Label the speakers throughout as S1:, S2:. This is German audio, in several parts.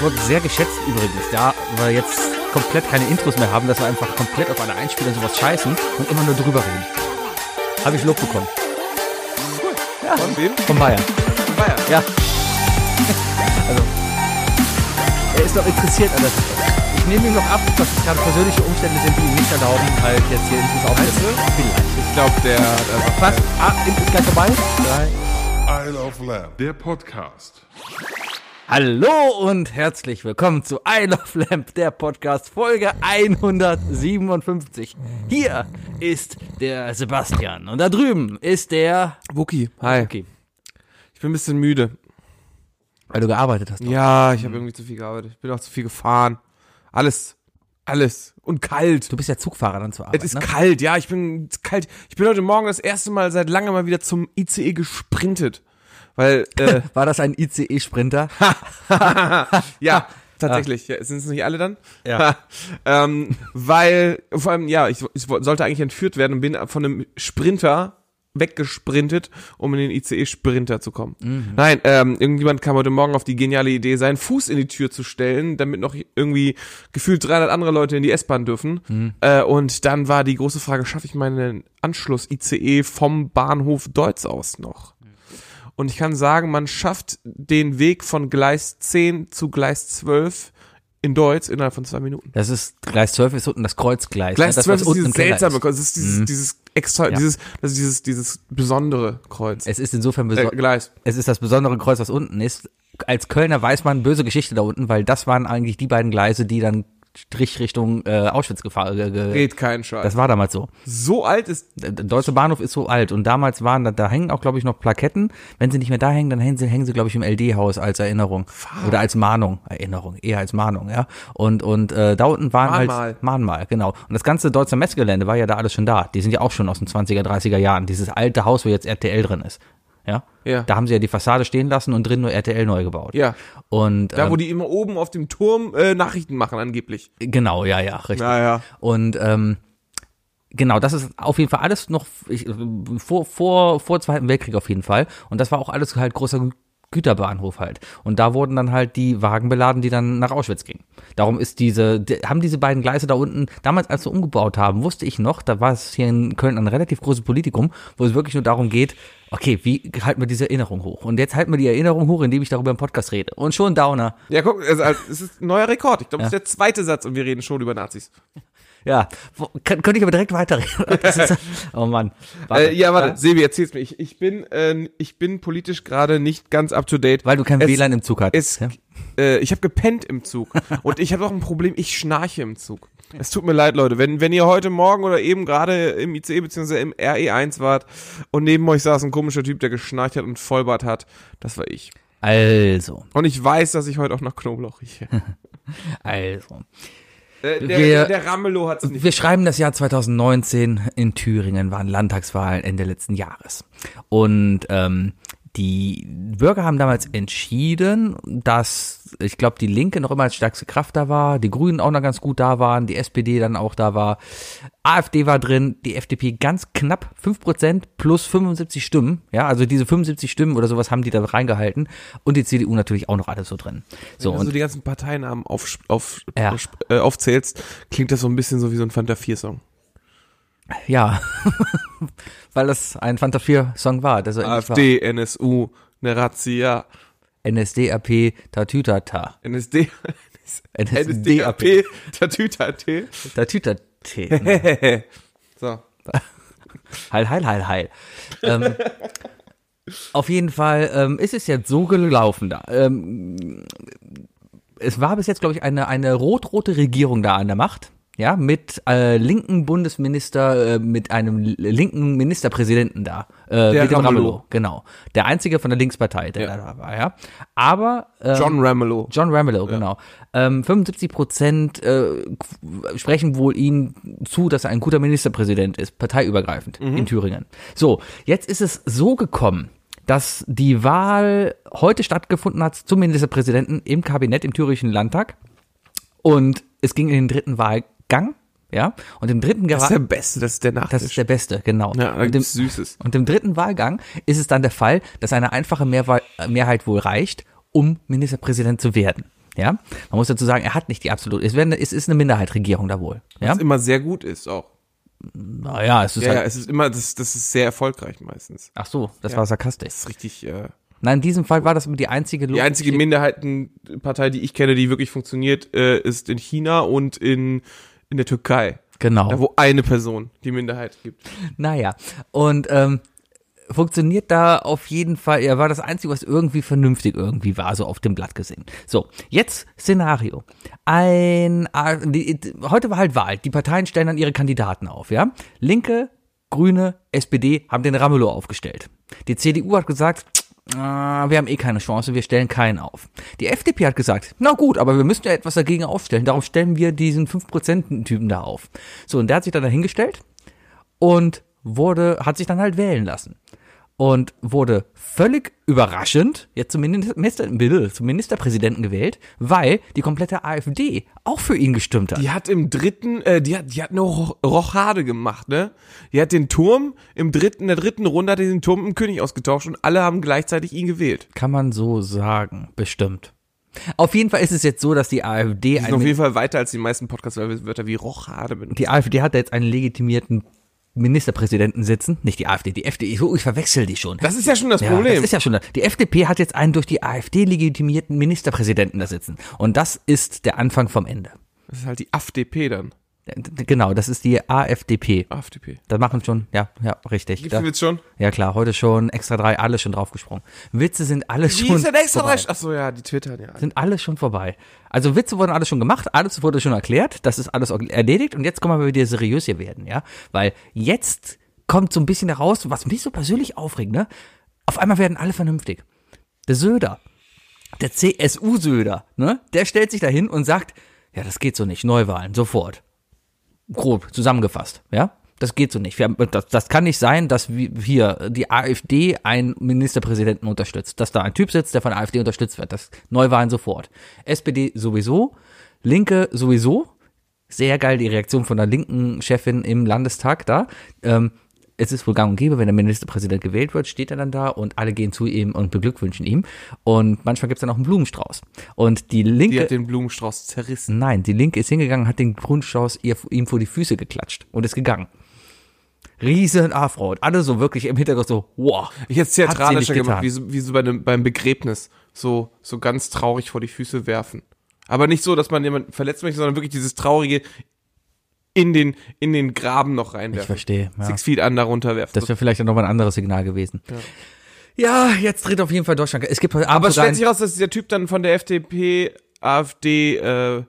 S1: Wort sehr geschätzt übrigens, da wir jetzt komplett keine Intros mehr haben, dass wir einfach komplett auf eine Einspielung sowas scheißen und immer nur drüber reden. Habe ich Lob bekommen.
S2: Cool. Ja. Von wem?
S1: Von Bayern.
S2: Bayern.
S1: Ja. Also, er ist doch interessiert an der Sache. Ich nehme ihm noch ab, dass es gerade persönliche Umstände sind, die ihm nicht erlauben, halt jetzt hier Infos aufzunehmen. Vielleicht.
S2: Ich glaube, der hat einfach.
S1: Was? Ah, Info ist gleich vorbei. Drei.
S3: Isle of Lamb, der Podcast.
S1: Hallo und herzlich willkommen zu Isle of Lamp, der Podcast, Folge 157. Hier ist der Sebastian und da drüben ist der...
S2: Wookie, hi.
S1: Okay,
S2: Ich bin ein bisschen müde.
S1: weil du gearbeitet hast.
S2: Ja, ich habe irgendwie zu viel gearbeitet. Ich bin auch zu viel gefahren. Alles. Alles. Und kalt.
S1: Du bist ja Zugfahrer dann zur Arbeit,
S2: Es ist
S1: ne?
S2: kalt, ja, ich bin kalt. Ich bin heute Morgen das erste Mal seit langem mal wieder zum ICE gesprintet. Weil, äh,
S1: War das ein ICE-Sprinter?
S2: ja, tatsächlich. Ja, Sind es nicht alle dann?
S1: Ja.
S2: ähm, weil, vor allem, ja, ich, ich sollte eigentlich entführt werden und bin von einem Sprinter weggesprintet, um in den ICE-Sprinter zu kommen. Nein, ähm, irgendjemand kam heute Morgen auf die geniale Idee, seinen Fuß in die Tür zu stellen, damit noch irgendwie gefühlt 300 andere Leute in die S-Bahn dürfen. Äh, und dann war die große Frage, schaffe ich meinen Anschluss-ICE E vom Bahnhof Deutz aus noch? Und ich kann sagen, man schafft den Weg von Gleis 10 zu Gleis 12 in Deutz innerhalb von zwei Minuten.
S1: Das ist, Gleis 12 ist unten das Kreuzgleis.
S2: Gleis
S1: ne? das,
S2: 12
S1: was
S2: ist
S1: unten
S2: dieses
S1: im Keller
S2: seltsame
S1: ist. Mhm.
S2: Kreuz. Es ist dieses, dieses extra,
S1: Ja.
S2: dieses, das ist dieses, dieses besondere Kreuz.
S1: Es ist insofern
S2: äh,
S1: beso
S2: Gleis.
S1: es ist das besondere Kreuz, was unten ist. Als Kölner weiß man böse Geschichte da unten, weil das waren eigentlich die beiden Gleise, die dann Strich Richtung äh, Auschwitz gefahren. Ge ge
S2: Red kein Scheiß.
S1: das war damals so.
S2: so alt ist,
S1: Der der Deutsche Bahnhof ist so alt und damals waren da, da hängen auch glaube ich noch Plaketten. Wenn sie nicht mehr da hängen, dann hängen sie hängen sie glaube ich im LD-Haus als Erinnerung oder als Mahnung, Erinnerung eher als Mahnung, ja. Und und äh, da unten waren
S2: Mahnmal.
S1: halt Mahnmal, genau. Und das ganze Deutsche Messegelände war ja da alles schon da. Die sind ja auch schon aus den 20er, 30er Jahren. Dieses alte Haus, wo jetzt RTL drin ist, ja.
S2: Ja.
S1: Da haben sie ja die Fassade stehen lassen und drin nur RTL neu gebaut.
S2: Ja.
S1: Und
S2: da wo
S1: ähm,
S2: die immer oben auf dem Turm äh, Nachrichten machen angeblich.
S1: genau, ja, ja, richtig.
S2: Naja.
S1: Und ähm, genau, das ist auf jeden Fall alles noch ich, vor, vor, vor Zweiten Weltkrieg auf jeden Fall. Und das war auch alles halt großer Gü- Güterbahnhof halt. Und da wurden dann halt die Wagen beladen, die dann nach Auschwitz gingen. Darum ist diese, die, haben diese beiden Gleise da unten, damals als wir umgebaut haben, wusste ich noch, da war es hier in Köln ein relativ großes Politikum, wo es wirklich nur darum geht, okay, wie halten wir diese Erinnerung hoch? Und jetzt halten wir die Erinnerung hoch, indem ich darüber im Podcast rede. Und schon Downer.
S2: Ja, guck, es ist- halt, es ist ein neuer Rekord. Ich glaube, das ist der zweite Satz und wir reden schon über Nazis.
S1: Ja, wo, kann, könnte ich aber direkt weiterreden. Das ist, oh Mann. Warte.
S2: Äh, ja, warte, Sebi, erzähl's mir. Ich, ich bin, äh, ich bin politisch gerade nicht ganz up to date.
S1: Weil du kein
S2: Es-
S1: WLAN im Zug
S2: Es,
S1: hattest. ja?
S2: äh, ich habe gepennt im Zug und ich habe auch ein Problem, ich schnarche im Zug. Es tut mir leid, Leute. Wenn, wenn ihr heute Morgen oder eben gerade im ICE bzw. im RE1 wart und neben euch saß ein komischer Typ, der geschnarcht hat und Vollbart hat, das war ich.
S1: Also,
S2: Und ich weiß, dass ich heute auch nach Knoblauch rieche.
S1: also.
S2: Äh, der,
S1: Wir-
S2: der Ramelow hat es nicht.
S1: Wir schreiben das Jahr 2019. In Thüringen waren Landtagswahlen Ende letzten Jahres. Und ähm, die Bürger haben damals entschieden, dass ich glaube, die Linke noch immer als stärkste Kraft da war, die Grünen auch noch ganz gut da waren, die SPD dann auch da war, AfD war drin, die FDP ganz knapp 5% plus 75 Stimmen. Ja, also diese 75 Stimmen oder sowas haben die da reingehalten und die CDU natürlich auch noch alles so drin. So,
S2: Wenn du so die ganzen Parteinamen auf, auf,
S1: Ja.
S2: auf, äh, aufzählst, klingt das so ein bisschen so wie so ein Fanta 4-Song.
S1: Ja, weil das ein Fanta 4 Song war. Der so ähnlich
S2: AfD, NSU, eine Razzia,
S1: War. NSDAP, Tatütata.
S2: NSD,
S1: NSDAP,
S2: NSDAP, Tatütate.
S1: Tatütate.
S2: So.
S1: Heil, heil, heil, heil. Ähm, auf jeden Fall ähm, ist es jetzt so gelaufen da. Ähm, es war bis jetzt, glaube ich, eine, eine rot-rote Regierung da an der Macht. Ja, mit äh, linken Bundesminister, äh, mit einem linken Ministerpräsidenten da. Äh,
S2: Der
S1: mit dem
S2: Ramelow.
S1: Genau. Der einzige von der Linkspartei, der
S2: Ja.
S1: da war, ja. Aber ähm,
S2: John Ramelow.
S1: John Ramelow, genau. Ähm, 75 Prozent äh, qu- sprechen wohl ihm zu, dass er ein guter Ministerpräsident ist, parteiübergreifend
S2: Mhm.
S1: in Thüringen. So, jetzt ist es so gekommen, dass die Wahl heute stattgefunden hat zum Ministerpräsidenten im Kabinett im Thürischen Landtag und es ging in den dritten Wahlgang, ja, und im dritten
S2: Das ist der
S1: Wahlgang.
S2: Beste, das ist der Nachtisch.
S1: Das ist der beste, genau.
S2: Ja, da
S1: Und im-
S2: gibt's Süßes.
S1: und im dritten Wahlgang ist es dann der Fall, dass eine einfache Mehrwahl, Mehrheit wohl reicht, um Ministerpräsident zu werden. Ja, man muss dazu sagen, er hat nicht die absolute, es, werden, es ist eine Minderheitsregierung da wohl. Ja,
S2: Was immer sehr gut ist auch.
S1: naja, es ist
S2: Ja, ja,
S1: halt,
S2: es ist immer, das, das ist sehr erfolgreich meistens.
S1: ach so, das war sarkastisch.
S2: Das ist richtig, äh,
S1: Nein, in diesem Fall war das die einzige,
S2: die einzige Minderheitenpartei, die ich kenne, die wirklich funktioniert, äh, ist in China und in, in der Türkei.
S1: genau.
S2: Da, wo eine Person die Minderheit gibt.
S1: Naja, und ähm, funktioniert da auf jeden Fall, ja, war das Einzige, was irgendwie vernünftig irgendwie war, so auf dem Blatt gesehen. So, jetzt Szenario. Ein, A- die, heute war halt Wahl, die Parteien stellen dann ihre Kandidaten auf, ja? Linke, Grüne, SPD haben den Ramelow aufgestellt. Die CDU hat gesagt, "Ah, wir haben eh keine Chance, wir stellen keinen auf. Die FDP hat gesagt, na gut, aber wir müssen ja etwas dagegen aufstellen, darum stellen wir diesen 5%-Typen da auf. So, und der hat sich dann dahingestellt und wurde, hat sich dann halt wählen lassen. Und wurde völlig überraschend jetzt zum, Minister, Bill, zum Ministerpräsidenten gewählt, weil die komplette AfD auch für ihn gestimmt hat.
S2: Die hat im dritten, äh, die hat, die hat eine Ro- Rochade gemacht, ne? Die hat den Turm im dritten, in der dritten Runde hat die den Turm im König ausgetauscht und alle haben gleichzeitig ihn gewählt.
S1: Kann man so sagen, bestimmt. Auf jeden Fall ist es jetzt so, dass die AfD
S2: Die sind auf
S1: einen,
S2: jeden Fall weiter als die meisten Podcast-Wörter wie Rochade benutzen.
S1: die AfD hat da jetzt einen legitimierten Ministerpräsidenten sitzen, nicht die AfD, die FDP, oh, ich verwechsel die schon.
S2: Das ist ja schon das
S1: Ja,
S2: Problem.
S1: das ist ja schon. Die FDP hat jetzt einen durch die AfD legitimierten Ministerpräsidenten da sitzen. Und das ist der Anfang vom Ende.
S2: das ist halt die AfDP dann.
S1: Genau, das ist die AfDP.
S2: AfDP.
S1: Da machen schon, ja, ja, richtig. Da,
S2: Gibt's jetzt schon?
S1: ja klar, heute schon extra drei, alle schon draufgesprungen. Witze sind alle
S2: Die
S1: schon
S2: ist ja extra
S1: vorbei.
S2: drei. Achso, ja, die twittern ja.
S1: Sind alle schon vorbei. Also Witze wurden alle schon gemacht, alles wurde schon erklärt, das ist alles erledigt und jetzt können wir wieder seriös hier werden, ja? Weil jetzt kommt so ein bisschen heraus, was mich so persönlich aufregt, ne? Auf einmal werden alle vernünftig. Der Söder, der CSU-Söder, ne? Der stellt sich dahin und sagt, ja, das geht so nicht, Neuwahlen, sofort grob zusammengefasst, ja? Das geht so nicht. Wir haben, das, das kann nicht sein, dass wir hier die AfD einen Ministerpräsidenten unterstützt, dass da ein Typ sitzt, der von der AfD unterstützt wird. Das Neuwahlen sofort. SPD sowieso, Linke sowieso. Sehr geil die Reaktion von der linken Chefin im Landestag da. Ähm, es ist wohl gang und gäbe, wenn der Ministerpräsident gewählt wird, steht er dann da und alle gehen zu ihm und beglückwünschen ihm. Und manchmal gibt es dann auch einen Blumenstrauß. Und die Linke.
S2: Die hat den Blumenstrauß zerrissen.
S1: Nein, die Linke ist hingegangen, hat den Grundschaus ihr, ihm vor die Füße geklatscht und ist gegangen. Riesen Afro. Alle so wirklich im Hintergrund so, wow.
S2: Ich hätte es
S1: Hat sie nicht
S2: theatralischer
S1: getan.
S2: gemacht, wie so, wie so bei einem, beim Begräbnis. So, so ganz traurig vor die Füße werfen. Aber nicht so, dass man jemanden verletzt möchte, sondern wirklich dieses traurige in den, in den Graben noch
S1: Ich
S2: reinwerfen.
S1: verstehe. Ja.
S2: Six Feet Under runterwerfen.
S1: Das wäre vielleicht dann nochmal ein anderes Signal gewesen. Ja. jetzt dreht auf jeden Fall Deutschland. Es gibt heute Abend
S2: Aber es
S1: sogar
S2: stellt
S1: ein,
S2: sich raus, dass dieser Typ dann von der FDP, AfD, äh,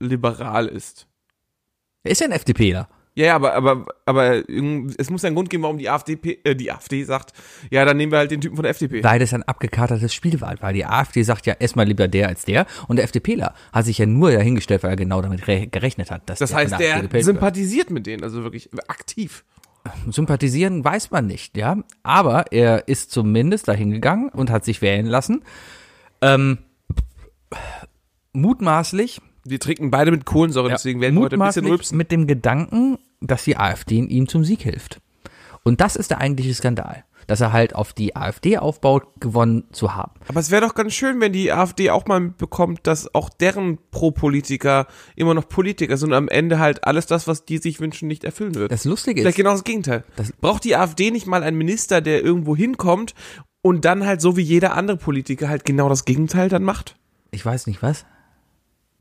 S2: liberal ist.
S1: ist ja ein FDPler.
S2: Ja, ja, aber, aber, aber irgend- es muss ja einen Grund geben, warum die AfD, äh, die AfD sagt, ja, dann nehmen wir halt den Typen von der FDP.
S1: Weil das ein abgekatertes Spiel war. Weil die AfD sagt ja erstmal lieber der als der. Und der FDPler hat sich ja nur dahingestellt, weil er genau damit re- gerechnet hat. Dass
S2: Das heißt,
S1: von AfD
S2: der
S1: gewählt wird.
S2: sympathisiert mit denen, also wirklich aktiv.
S1: sympathisieren weiß man nicht, ja. Aber er ist zumindest dahin gegangen und hat sich wählen lassen. Ähm, mutmaßlich,
S2: Wir trinken beide mit Kohlensäure, deswegen werden wir heute ein bisschen
S1: mutmaßlich
S2: rülpsen.
S1: mit dem Gedanken, dass die AfD ihm zum Sieg hilft. Und das ist der eigentliche Skandal, dass er halt auf die AfD aufbaut, gewonnen zu haben.
S2: Aber es wäre doch ganz schön, wenn die AfD auch mal mitbekommt, dass auch deren Pro-Politiker immer noch Politiker sind und am Ende halt alles das, was die sich wünschen, nicht erfüllen wird.
S1: Das Lustige
S2: Vielleicht
S1: ist,
S2: genau das Gegenteil. Braucht die AfD nicht mal einen Minister, der irgendwo hinkommt und dann halt so wie jeder andere Politiker halt genau das Gegenteil dann macht?
S1: ich weiß nicht was,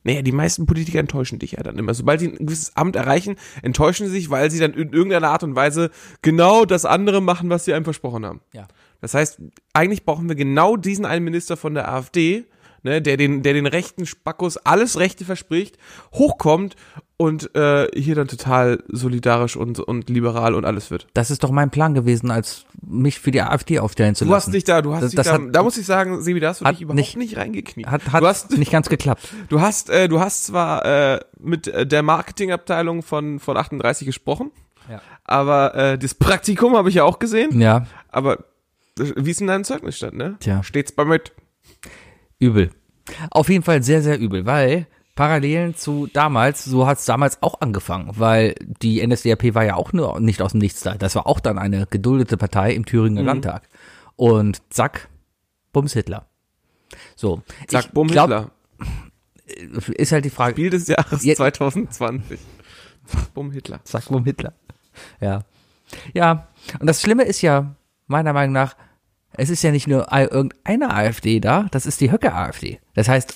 S2: Naja, die meisten Politiker enttäuschen dich ja dann immer. Sobald die ein gewisses Amt erreichen, enttäuschen sie sich, weil sie dann in irgendeiner Art und Weise genau das andere machen, was sie einem versprochen haben.
S1: Ja.
S2: Das heißt, eigentlich brauchen wir genau diesen einen Minister von der AfD, ne, der den, der den rechten Spackos alles Rechte verspricht, hochkommt und äh, hier dann total solidarisch und, und liberal und alles wird.
S1: das ist doch mein Plan gewesen, als mich für die AfD aufstellen zu
S2: Du hast
S1: lassen.
S2: dich da, du hast
S1: Das-
S2: dich
S1: das
S2: da,
S1: hat-
S2: da muss ich sagen, Sebi, da hast du
S1: hat
S2: dich überhaupt
S1: nicht-
S2: nicht, reingekniet.
S1: hat, hat
S2: du hast,
S1: nicht ganz geklappt.
S2: Du hast, äh, du hast zwar äh, mit äh, der Marketingabteilung von, von 38 gesprochen,
S1: Ja.
S2: aber äh, das Praktikum habe ich ja auch gesehen.
S1: Ja,
S2: Aber äh, wie ist denn dein Zeugnis stand, ne?
S1: Tja.
S2: Steht's bei mit.
S1: Übel. Auf jeden Fall sehr, sehr übel, weil Parallelen zu damals, so hat's damals auch angefangen, weil die NSDAP war ja auch nur nicht aus dem Nichts da. Das war auch dann eine geduldete Partei im
S2: Mhm.
S1: Thüringer Landtag. Und zack, Bums Hitler. So,
S2: Zack,
S1: ich
S2: bumm,
S1: glaub-
S2: Hitler.
S1: ist halt die Frage.
S2: Spiel des Jahres
S1: Je-
S2: 2020. Bumm Hitler.
S1: Zack, bumm, Hitler. Ja. Ja. Und das Schlimme ist ja, meiner Meinung nach, es ist ja nicht nur all- irgendeine AfD da, das ist die Höcke-AfD. Das heißt,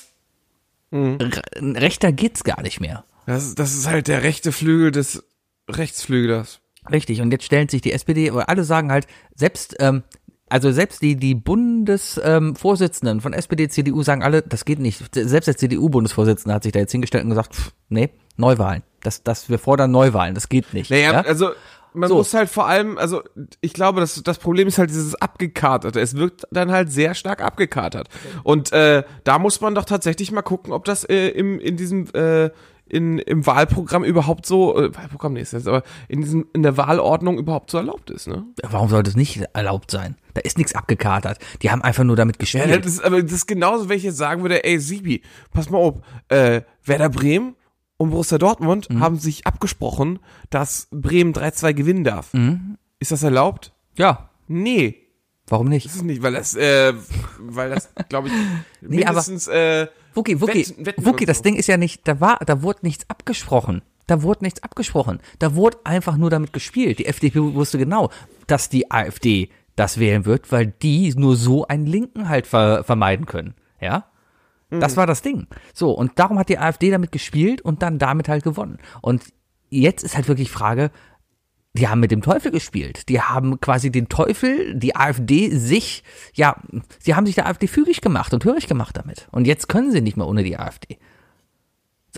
S2: Mhm.
S1: re- ein rechter geht's gar nicht mehr.
S2: Das, ist- das ist halt der rechte Flügel des Rechtsflügelers.
S1: Richtig. Und jetzt stellen sich die SPD, aber alle sagen halt, selbst, ähm, also selbst die, die Bundesvorsitzenden ähm, Vorsitzenden von SPD, CDU sagen alle, das geht nicht. Selbst der CDU-Bundesvorsitzende hat sich da jetzt hingestellt und gesagt, pff, nee, Neuwahlen. Das, das, wir fordern Neuwahlen, das geht nicht.
S2: Naja,
S1: ja?
S2: also man
S1: So.
S2: muss halt vor allem, also ich glaube, das, das Problem ist halt dieses Abgekaterte. Es wirkt dann halt sehr stark abgekatert. Und äh, da muss man doch tatsächlich mal gucken, ob das äh, im, in diesem äh, in, im Wahlprogramm überhaupt so, äh, Wahlprogramm nee, ist jetzt, aber in diesem, in der Wahlordnung überhaupt so erlaubt ist, ne?
S1: Warum sollte es nicht erlaubt sein? Da ist nichts abgekatert. Die haben einfach nur damit
S2: Ja,
S1: gespielt.
S2: das ist, aber das ist genauso, wenn ich jetzt sagen würde, ey, Sibi, pass mal auf, äh, Werder Bremen und Borussia Dortmund
S1: Mhm.
S2: haben sich abgesprochen, dass Bremen 3-2 gewinnen darf.
S1: Mhm.
S2: Ist das erlaubt?
S1: ja,
S2: Nee,
S1: warum nicht?
S2: Das ist nicht, weil das, äh, weil das, glaube ich,
S1: aber-
S2: mindestens, äh,
S1: Wuki, Wuki,
S2: Wetten- Wetten
S1: Wuki,
S2: und
S1: das
S2: so.
S1: Ding ist ja nicht, da war, da wurde nichts abgesprochen. Da wurde nichts abgesprochen. Da wurde einfach nur damit gespielt. Die FDP wusste genau, dass die AfD das wählen wird, weil die nur so einen Linken halt ver vermeiden können. Ja?
S2: Mhm.
S1: Das war das Ding. So, und darum hat die AfD damit gespielt und dann damit halt gewonnen. Und jetzt ist halt wirklich Frage, die haben mit dem Teufel gespielt. Die haben quasi den Teufel, die AfD sich, ja, sie haben sich der AfD fügig gemacht und hörig gemacht damit. Und jetzt können sie nicht mehr ohne die AfD.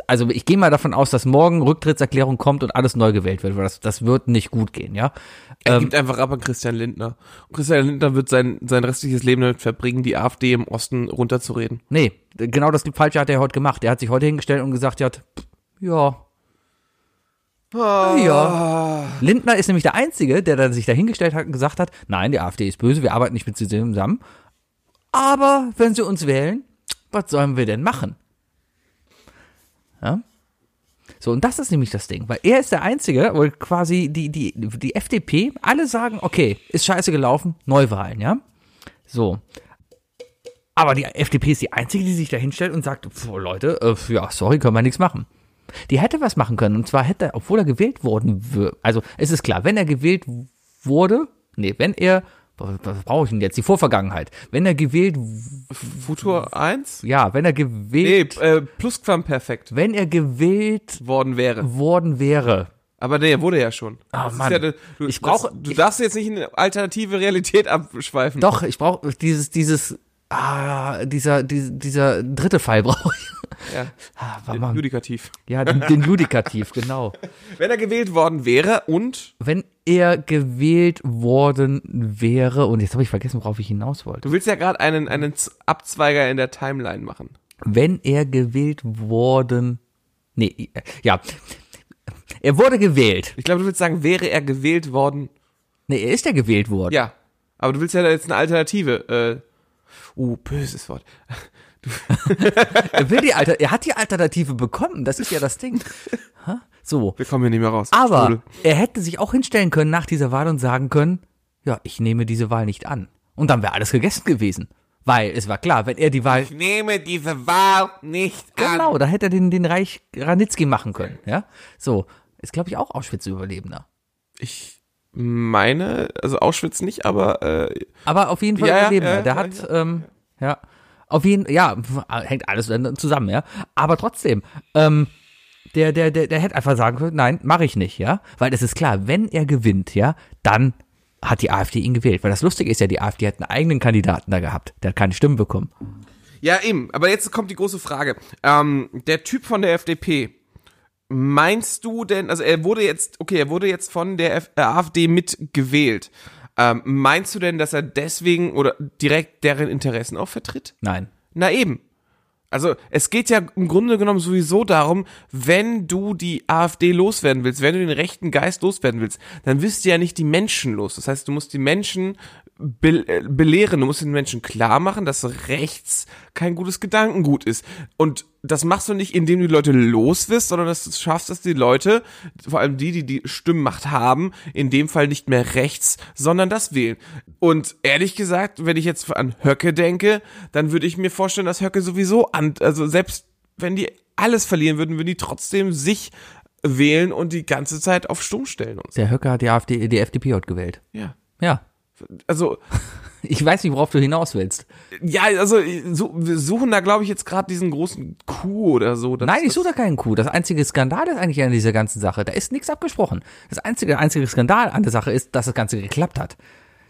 S1: Also ich gehe mal davon aus, dass morgen Rücktrittserklärung kommt und alles neu gewählt wird, weil das, das wird nicht gut gehen, ja. Ähm,
S2: er gibt einfach ab an Christian Lindner. Und Christian Lindner wird sein, sein restliches Leben damit verbringen, die AfD im Osten runterzureden.
S1: Nee, genau das Falsche hat er heute gemacht. Er hat sich heute hingestellt und gesagt, ja, pff, ja. Ja. Lindner ist nämlich der Einzige, der dann sich da hingestellt hat und gesagt hat, nein, die AfD ist böse, wir arbeiten nicht mit sie zusammen. Aber wenn sie uns wählen, was sollen wir denn machen? Ja? So, und das ist nämlich das Ding, weil er ist der Einzige, wo quasi die, die, die FDP, alle sagen, okay, ist scheiße gelaufen, Neuwahlen, ja? So. Aber die FDP ist die einzige, die sich da hinstellt und sagt, "Pf, Leute, äh, ja, sorry, können wir nichts machen. Die hätte was machen können. Und zwar hätte, er, obwohl er gewählt worden würde, also es ist klar, wenn er gewählt wurde, nee, wenn er, was brauche ich denn jetzt, die Vorvergangenheit, wenn er gewählt,
S2: Futur 1?
S1: ja, wenn er
S2: Nee,
S1: gewählt,
S2: äh, Plusquamperfekt
S1: wenn er gewählt
S2: worden wäre.
S1: worden wäre,
S2: Aber nee, er wurde ja schon. Das ist
S1: Ah, Mann.
S2: Ja, du,
S1: Ich brauche-
S2: das, du
S1: ich-
S2: darfst jetzt nicht in eine alternative Realität abschweifen.
S1: Doch, ich brauche dieses, dieses, ah, dieser, dieser, dieser dritte Fall brauche ich.
S2: Ja.
S1: Ah, war mal-
S2: Judikativ.
S1: ja, den, den Judikativ, genau.
S2: Wenn er gewählt worden wäre und
S1: Wenn er gewählt worden wäre, und jetzt habe ich vergessen, worauf ich hinaus wollte.
S2: du willst ja gerade einen, einen Z- Abzweiger in der Timeline machen.
S1: Wenn er gewählt worden, nee, ja, er wurde gewählt.
S2: Ich glaube, du willst sagen, wäre er gewählt worden
S1: Nee, er ist ja gewählt worden.
S2: Ja, aber du willst ja da jetzt eine Alternative. Äh, uh, böses Wort.
S1: Er, will die Alter, er hat die Alternative bekommen, das ist ja das Ding. Ha? So.
S2: Wir kommen hier nicht mehr raus.
S1: Aber
S2: Strudel.
S1: er hätte sich auch hinstellen können nach dieser Wahl und sagen können, ja, ich nehme diese Wahl nicht an. Und dann wäre alles gegessen gewesen. Weil es war klar, wenn er die Wahl.
S2: Ich nehme diese Wahl nicht
S1: Genau, da hätte er den, den Reich Ranitzky machen können. Ja? So. Ist, glaube ich, auch Auschwitz-Überlebender.
S2: Ich meine, also Auschwitz nicht, aber äh,
S1: Aber auf jeden Fall
S2: Ja, ja,
S1: Überlebender.
S2: ja,
S1: Der
S2: ja,
S1: hat, ähm, ja. Auf jeden ja, hängt alles dann zusammen, ja. Aber trotzdem, ähm, der, der, der, der hätte einfach sagen können, nein, mache ich nicht, ja. Weil es ist klar, wenn er gewinnt, ja, dann hat die AfD ihn gewählt. Weil das Lustige ist ja, die AfD hat einen eigenen Kandidaten da gehabt. Der hat keine Stimmen bekommen.
S2: ja eben. Aber jetzt kommt die große Frage. Ähm, der Typ von der FDP. Meinst du denn, also er wurde jetzt, okay, er wurde jetzt von der F äh, AfD mitgewählt. Ähm, meinst du denn, dass er deswegen oder direkt deren Interessen auch vertritt?
S1: Nein.
S2: Na eben. Also es geht ja im Grunde genommen sowieso darum, wenn du die AfD loswerden willst, wenn du den rechten Geist loswerden willst, dann wirst du ja nicht die Menschen los. Das heißt, du musst die Menschen be äh, belehren, du musst den Menschen klar machen, dass rechts kein gutes Gedankengut ist. Und das machst du nicht, indem du die Leute los wirst, sondern dass du es schaffst, dass die Leute, vor allem die, die die Stimmmacht haben, in dem Fall nicht mehr rechts, sondern das wählen. Und ehrlich gesagt, wenn ich jetzt an Höcke denke, dann würde ich mir vorstellen, dass Höcke sowieso an, also selbst wenn die alles verlieren würden, würden die trotzdem sich wählen und die ganze Zeit auf Stumm stellen und so.
S1: Der Höcker hat die, AfD, die FDP heute gewählt.
S2: Ja.
S1: Ja.
S2: Also,
S1: Ich weiß nicht, worauf du hinaus willst.
S2: ja, also so, wir suchen da, glaube ich, jetzt gerade diesen großen Kuh oder so. Das-
S1: Nein, ich suche da keinen Coup. Das einzige Skandal ist eigentlich an dieser ganzen Sache. Da ist nichts abgesprochen. Das einzige, der einzige Skandal an der Sache ist, dass das Ganze geklappt hat.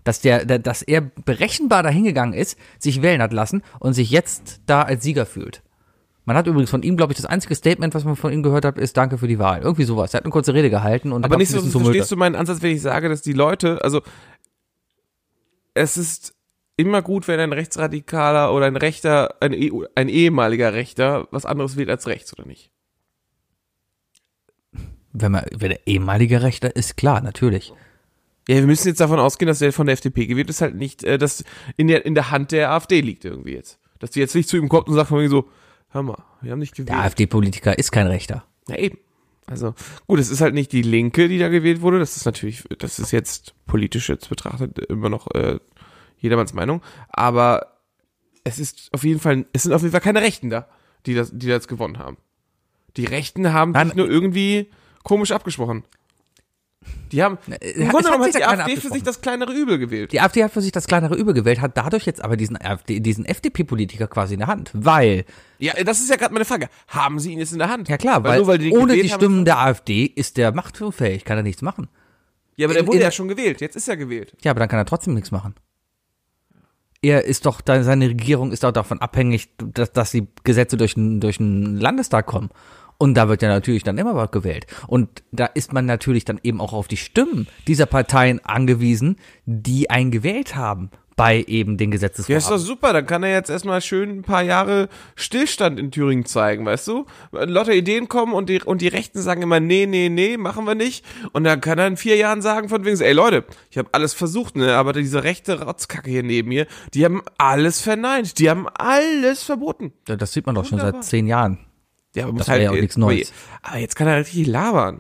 S1: Dass, der, der, dass er berechenbar dahingegangen ist, sich wählen hat lassen und sich jetzt da als Sieger fühlt. Man hat übrigens von ihm, glaube ich, das einzige Statement, was man von ihm gehört hat, ist Danke für die Wahl. Irgendwie sowas. Er hat eine kurze Rede gehalten und
S2: Aber
S1: dann
S2: nicht
S1: gab's ein
S2: so,
S1: bisschen Tumulte.
S2: verstehst du meinen Ansatz, wenn ich sage, dass die Leute, also es ist immer gut, wenn ein Rechtsradikaler oder ein Rechter, ein, eh- ein ehemaliger Rechter was anderes wählt als rechts, oder nicht?
S1: Wenn man, wenn der ehemalige Rechter ist, klar, natürlich.
S2: Ja, wir müssen jetzt davon ausgehen, dass der von der FDP gewählt ist, halt nicht, äh, dass in der, in der Hand der AfD liegt irgendwie jetzt. Dass die jetzt nicht zu ihm kommt und sagt von wegen so, hör mal, wir haben nicht gewählt.
S1: Der AfD-Politiker ist kein Rechter.
S2: Na eben. Also, gut, es ist halt nicht die Linke, die da gewählt wurde. Das ist natürlich, das ist jetzt politisch jetzt betrachtet immer noch äh, jedermanns Meinung. Aber es ist auf jeden Fall, es sind auf jeden Fall keine Rechten da, die das, die das gewonnen haben. Die Rechten haben
S1: Nein. äh,
S2: sich nur irgendwie komisch abgesprochen. Die haben, im
S1: es
S2: Grunde
S1: hat
S2: genommen hat
S1: sich
S2: die
S1: ja keiner
S2: AfD für sich
S1: abgesprochen.
S2: das kleinere Übel gewählt.
S1: Die AfD hat für sich das kleinere Übel gewählt, hat dadurch jetzt aber diesen, AfD, diesen FDP-Politiker quasi in der Hand. Weil,
S2: Ja, Äh, das ist ja gerade meine Frage. Haben sie ihn jetzt in der Hand?
S1: ja klar, weil,
S2: nur, die
S1: ohne die
S2: gewählt haben-
S1: Stimmen der AfD ist der machtfähig, kann er nichts machen.
S2: Ja, aber der
S1: in-
S2: wurde
S1: in-
S2: ja schon gewählt. Jetzt ist er gewählt.
S1: Ja, aber dann kann er trotzdem nichts machen. Er ist doch, da- seine Regierung ist doch davon abhängig, dass, dass die Gesetze durch den, durch den Landestag kommen. Und da wird ja natürlich dann immer was gewählt. Und da ist man natürlich dann eben auch auf die Stimmen dieser Parteien angewiesen, die einen gewählt haben bei eben den
S2: Ja,
S1: Gesetzesvorhaben.
S2: ist doch super, dann kann er jetzt erstmal schön ein paar Jahre Stillstand in Thüringen zeigen, weißt du? Lotte Ideen kommen und die, und die Rechten sagen immer, nee, nee, nee, machen wir nicht. Und dann kann er in vier Jahren sagen von wegen, so, ey Leute, ich habe alles versucht, ne, aber diese rechte Rotzkacke hier neben mir, die haben alles verneint, die haben alles verboten.
S1: Ja, Das sieht man doch schon
S2: Wunderbar.
S1: seit zehn Jahren.
S2: Ja, aber halt
S1: Das war ja auch nichts Neues.
S2: Oh Aber jetzt kann er richtig labern.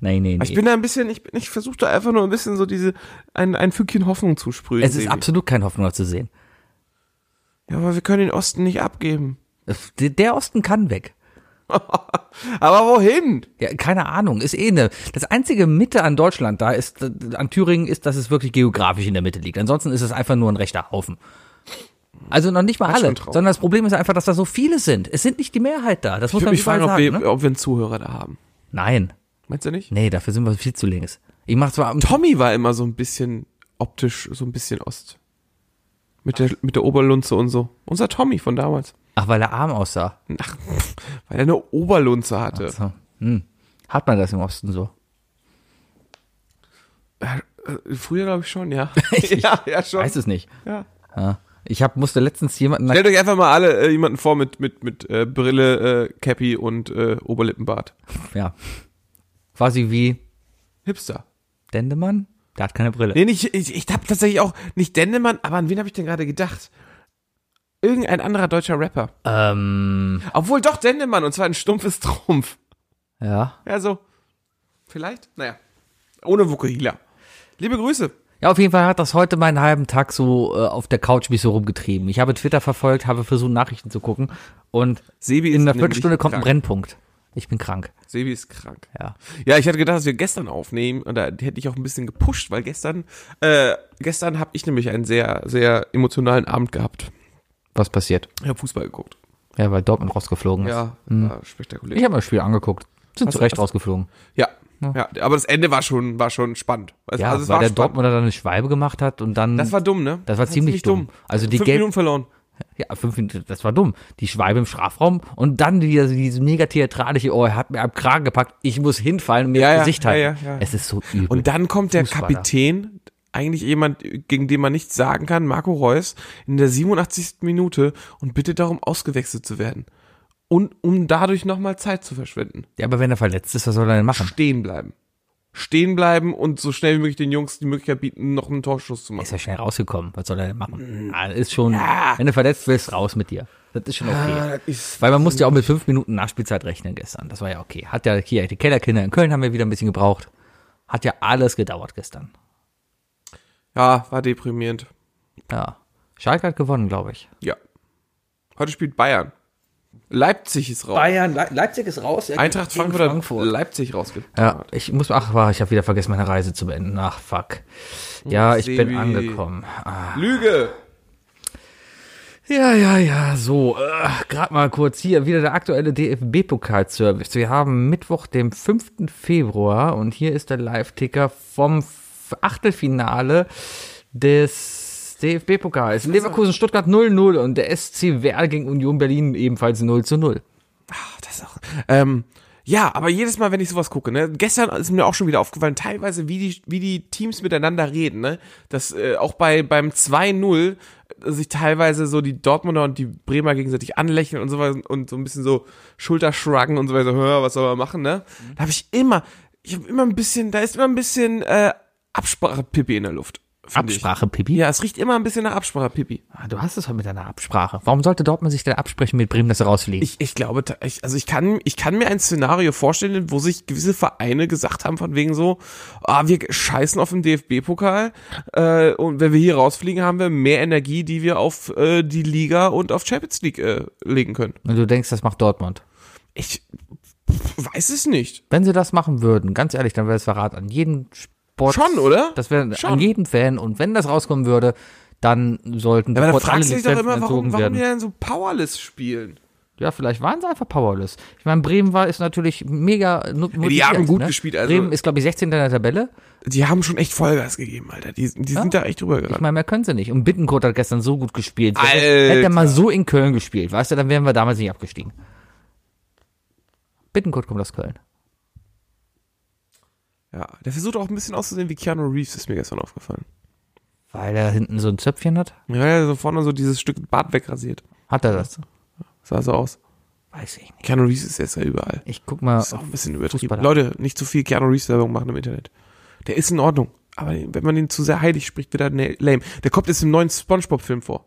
S1: Nein, nein,
S2: Ich
S1: nein.
S2: bin da ein bisschen, ich, bin- ich versuche da einfach nur ein bisschen so diese, ein, ein Fünkchen Hoffnung zu sprühen.
S1: Es ist
S2: Sebi.
S1: absolut kein Hoffnung zu sehen.
S2: Ja, aber wir können den Osten nicht abgeben.
S1: Es- der- Der Osten kann weg.
S2: Aber wohin?
S1: Ja, keine Ahnung, ist eh eine. Das einzige Mitte an Deutschland da ist, äh, an Thüringen ist, dass es wirklich geografisch in der Mitte liegt. Ansonsten ist es einfach nur ein rechter Haufen. Also noch nicht mal alle,
S2: schon traurig.
S1: sondern das Problem ist einfach, dass da so viele sind. Es sind nicht die Mehrheit da. Das muss
S2: Ich würde
S1: man
S2: mich
S1: überall
S2: fragen, ob
S1: sagen.
S2: wir,
S1: ne?
S2: ob wir einen Zuhörer da haben.
S1: Nein,
S2: Meinst du nicht?
S1: nee, dafür sind wir viel zu links. Ich mach zwar,
S2: Tommy war immer so ein bisschen optisch, so ein bisschen Ost. Mit der, mit der Oberlunze und so. Unser Tommy von damals.
S1: ach, weil er arm aussah.
S2: Ach, weil er eine Oberlunze hatte.
S1: So. Hm. Hat man das im Osten so?
S2: Äh, Früher glaube ich schon, ja. ja, ja, schon.
S1: Weiß es nicht.
S2: Ja.
S1: Ja. Ich hab, musste letztens jemanden
S2: Stellt euch einfach mal alle äh, jemanden vor mit, mit, mit äh, Brille, äh, Cappy und äh, Oberlippenbart.
S1: ja. Quasi wie
S2: Hipster.
S1: Dendemann? Der hat keine Brille.
S2: Nee, nicht, ich, ich habe tatsächlich auch nicht Dendemann, aber an wen habe ich denn gerade gedacht? Irgendein anderer deutscher Rapper.
S1: Ähm,
S2: Obwohl doch Dendemann, und zwar ein stumpfes Trumpf.
S1: ja.
S2: Ja, so. Vielleicht? Naja. Ohne Vukuhila. Liebe Grüße.
S1: Ja, auf jeden Fall hat das heute meinen halben Tag so äh, auf der Couch mich so rumgetrieben. Ich habe Twitter verfolgt, habe versucht, Nachrichten zu gucken und
S2: Sebi
S1: in
S2: ist
S1: einer
S2: nämlich
S1: Viertelstunde kommt ein
S2: krank.
S1: Brennpunkt. Ich bin krank.
S2: Sebi ist krank.
S1: Ja.
S2: Ja, ich hatte gedacht, dass wir gestern aufnehmen und da hätte ich auch ein bisschen gepusht, weil gestern, äh, gestern habe ich nämlich einen sehr, sehr emotionalen Abend gehabt.
S1: Was passiert?
S2: Ich habe Fußball geguckt.
S1: Ja, weil Dortmund rausgeflogen ist.
S2: Ja,
S1: Mhm.
S2: Also war spektakulär.
S1: Ich habe mir das Spiel angeguckt. Sind zu Recht
S2: hast-
S1: rausgeflogen.
S2: ja, ja, aber das Ende war schon, war schon spannend. Also,
S1: Ja,
S2: also es
S1: weil
S2: war
S1: der
S2: spannend.
S1: Dortmunder dann eine Schweibe gemacht hat und dann.
S2: Das war dumm, ne?
S1: Das war ziemlich dumm. Also die
S2: Fünf
S1: gelb-
S2: Minuten verloren.
S1: Ja, fünf Minuten, das war dumm. Die Schweibe im Strafraum und dann die, also diese mega theatralische, oh, er hat mir am Kragen gepackt, ich muss hinfallen und mir
S2: Ja,
S1: das
S2: ja,
S1: Gesicht
S2: ja,
S1: halten.
S2: ja, ja.
S1: Es ist so übel.
S2: Und dann kommt der
S1: Fußballer.
S2: Kapitän, eigentlich jemand, gegen den man nichts sagen kann, Marco Reus, in der 87. Minute und bittet darum, ausgewechselt zu werden. Und um dadurch nochmal Zeit zu verschwenden.
S1: ja, aber wenn er verletzt ist, was soll er denn machen?
S2: Stehen bleiben. Stehen bleiben und so schnell wie möglich den Jungs die Möglichkeit bieten, noch einen Torschuss zu
S1: Ist
S2: machen.
S1: ja schnell rausgekommen. Was soll er denn machen? Ah, das ist schon, wenn du verletzt bist, raus mit dir. Ah, Das ist schon okay. Weil man musste ja auch mit fünf Minuten Nachspielzeit rechnen gestern. Das war ja okay. Hat ja hier die Kellerkinder in Köln haben wir wieder ein bisschen gebraucht. Hat ja alles gedauert gestern.
S2: Ja, war deprimierend.
S1: Ja. Schalke hat gewonnen, glaube ich.
S2: Ja. Heute spielt Bayern. Leipzig ist raus.
S1: Bayern, Le Leipzig ist raus.
S2: Eintracht
S1: Gegen
S2: Frankfurt, hat Leipzig rausgekommen.
S1: Ja, ich muss, ach, war, ich habe wieder vergessen, meine Reise zu beenden. Ach, fuck. Ja, ich bin
S2: Sebi.
S1: angekommen. Ah.
S2: Lüge!
S1: Ja, ja, ja, so, äh, gerade mal kurz hier wieder der aktuelle DFB-Pokalservice. Wir haben Mittwoch, dem 5. Februar und hier ist der Live-Ticker vom F- Achtelfinale des DFB-Pokals. Leverkusen-Stuttgart 0-0 und der SC Werl gegen Union Berlin ebenfalls 0-0.
S2: Das ist auch, ähm, ja, aber jedes Mal, wenn ich sowas gucke, ne, gestern ist mir auch schon wieder aufgefallen, teilweise, wie die, wie die Teams miteinander reden, ne, dass äh, auch bei, beim 2-0 sich teilweise so die Dortmunder und die Bremer gegenseitig anlächeln und so was und so ein bisschen so Schulterschruggen und so weiter, "Hör, was soll man machen, ne? Da habe ich immer, ich habe immer ein bisschen, da ist immer ein bisschen äh, Absprache-Pippi in der Luft. find ich.
S1: Pipi?
S2: Ja, es riecht immer ein bisschen nach Absprache-Pippi.
S1: Ah, Du hast es heute mit deiner Absprache. Warum sollte Dortmund sich denn absprechen mit Bremen, dass sie rausfliegen?
S2: Ich, ich glaube, ta- ich, also ich kann, ich kann mir ein Szenario vorstellen, wo sich gewisse Vereine gesagt haben, von wegen so, ah, wir scheißen auf den DFB-Pokal äh, und wenn wir hier rausfliegen, haben wir mehr Energie, die wir auf äh, die Liga und auf Champions League äh, legen können.
S1: Und du denkst, das macht Dortmund.
S2: Ich weiß es nicht.
S1: Wenn sie das machen würden, ganz ehrlich, dann wäre es Verrat an jeden Sport.
S2: Schon, oder?
S1: Das wäre
S2: Schon.
S1: an jeden Fan. Und wenn das rauskommen würde, dann sollten
S2: Aber da
S1: sofort
S2: fragst du dich doch
S1: Lizenzen
S2: immer, warum,
S1: entzogen
S2: warum die
S1: werden.
S2: denn so powerless spielen.
S1: Ja, vielleicht waren sie einfach powerless. Ich meine, Bremen war ist natürlich mega. nu- motiviert, ne?
S2: haben gut gespielt, also-
S1: Bremen ist glaube ich 16. in der Tabelle.
S2: Die haben schon echt Vollgas gegeben, Alter. Die, die sind da echt drüber
S1: Ich
S2: gerannt.
S1: meine, mehr können sie nicht. Und Bittenkurt hat gestern so gut gespielt. Hätte-
S2: Alter.
S1: Hätte er mal so in Köln gespielt, weißt du, dann wären wir damals nicht abgestiegen. Bittenkurt kommt aus Köln.
S2: Ja, der versucht auch ein bisschen auszusehen wie Keanu Reeves, ist mir gestern aufgefallen.
S1: Weil er hinten so ein Zöpfchen hat.
S2: Ja, ja, so vorne so dieses Stück Bart wegrasiert.
S1: Hat er das?
S2: Sah so aus.
S1: Weiß ich nicht.
S2: Keanu Reeves ist jetzt ja überall.
S1: Ich guck mal.
S2: Ist auch ein bisschen übertrieben.
S1: Fußballer.
S2: Leute, nicht zu viel Keanu Reeves Werbung machen im Internet. Der ist in Ordnung. Aber wenn man ihn zu sehr heilig spricht, wird er ne- lame. Der kommt jetzt im neuen Spongebob-Film vor.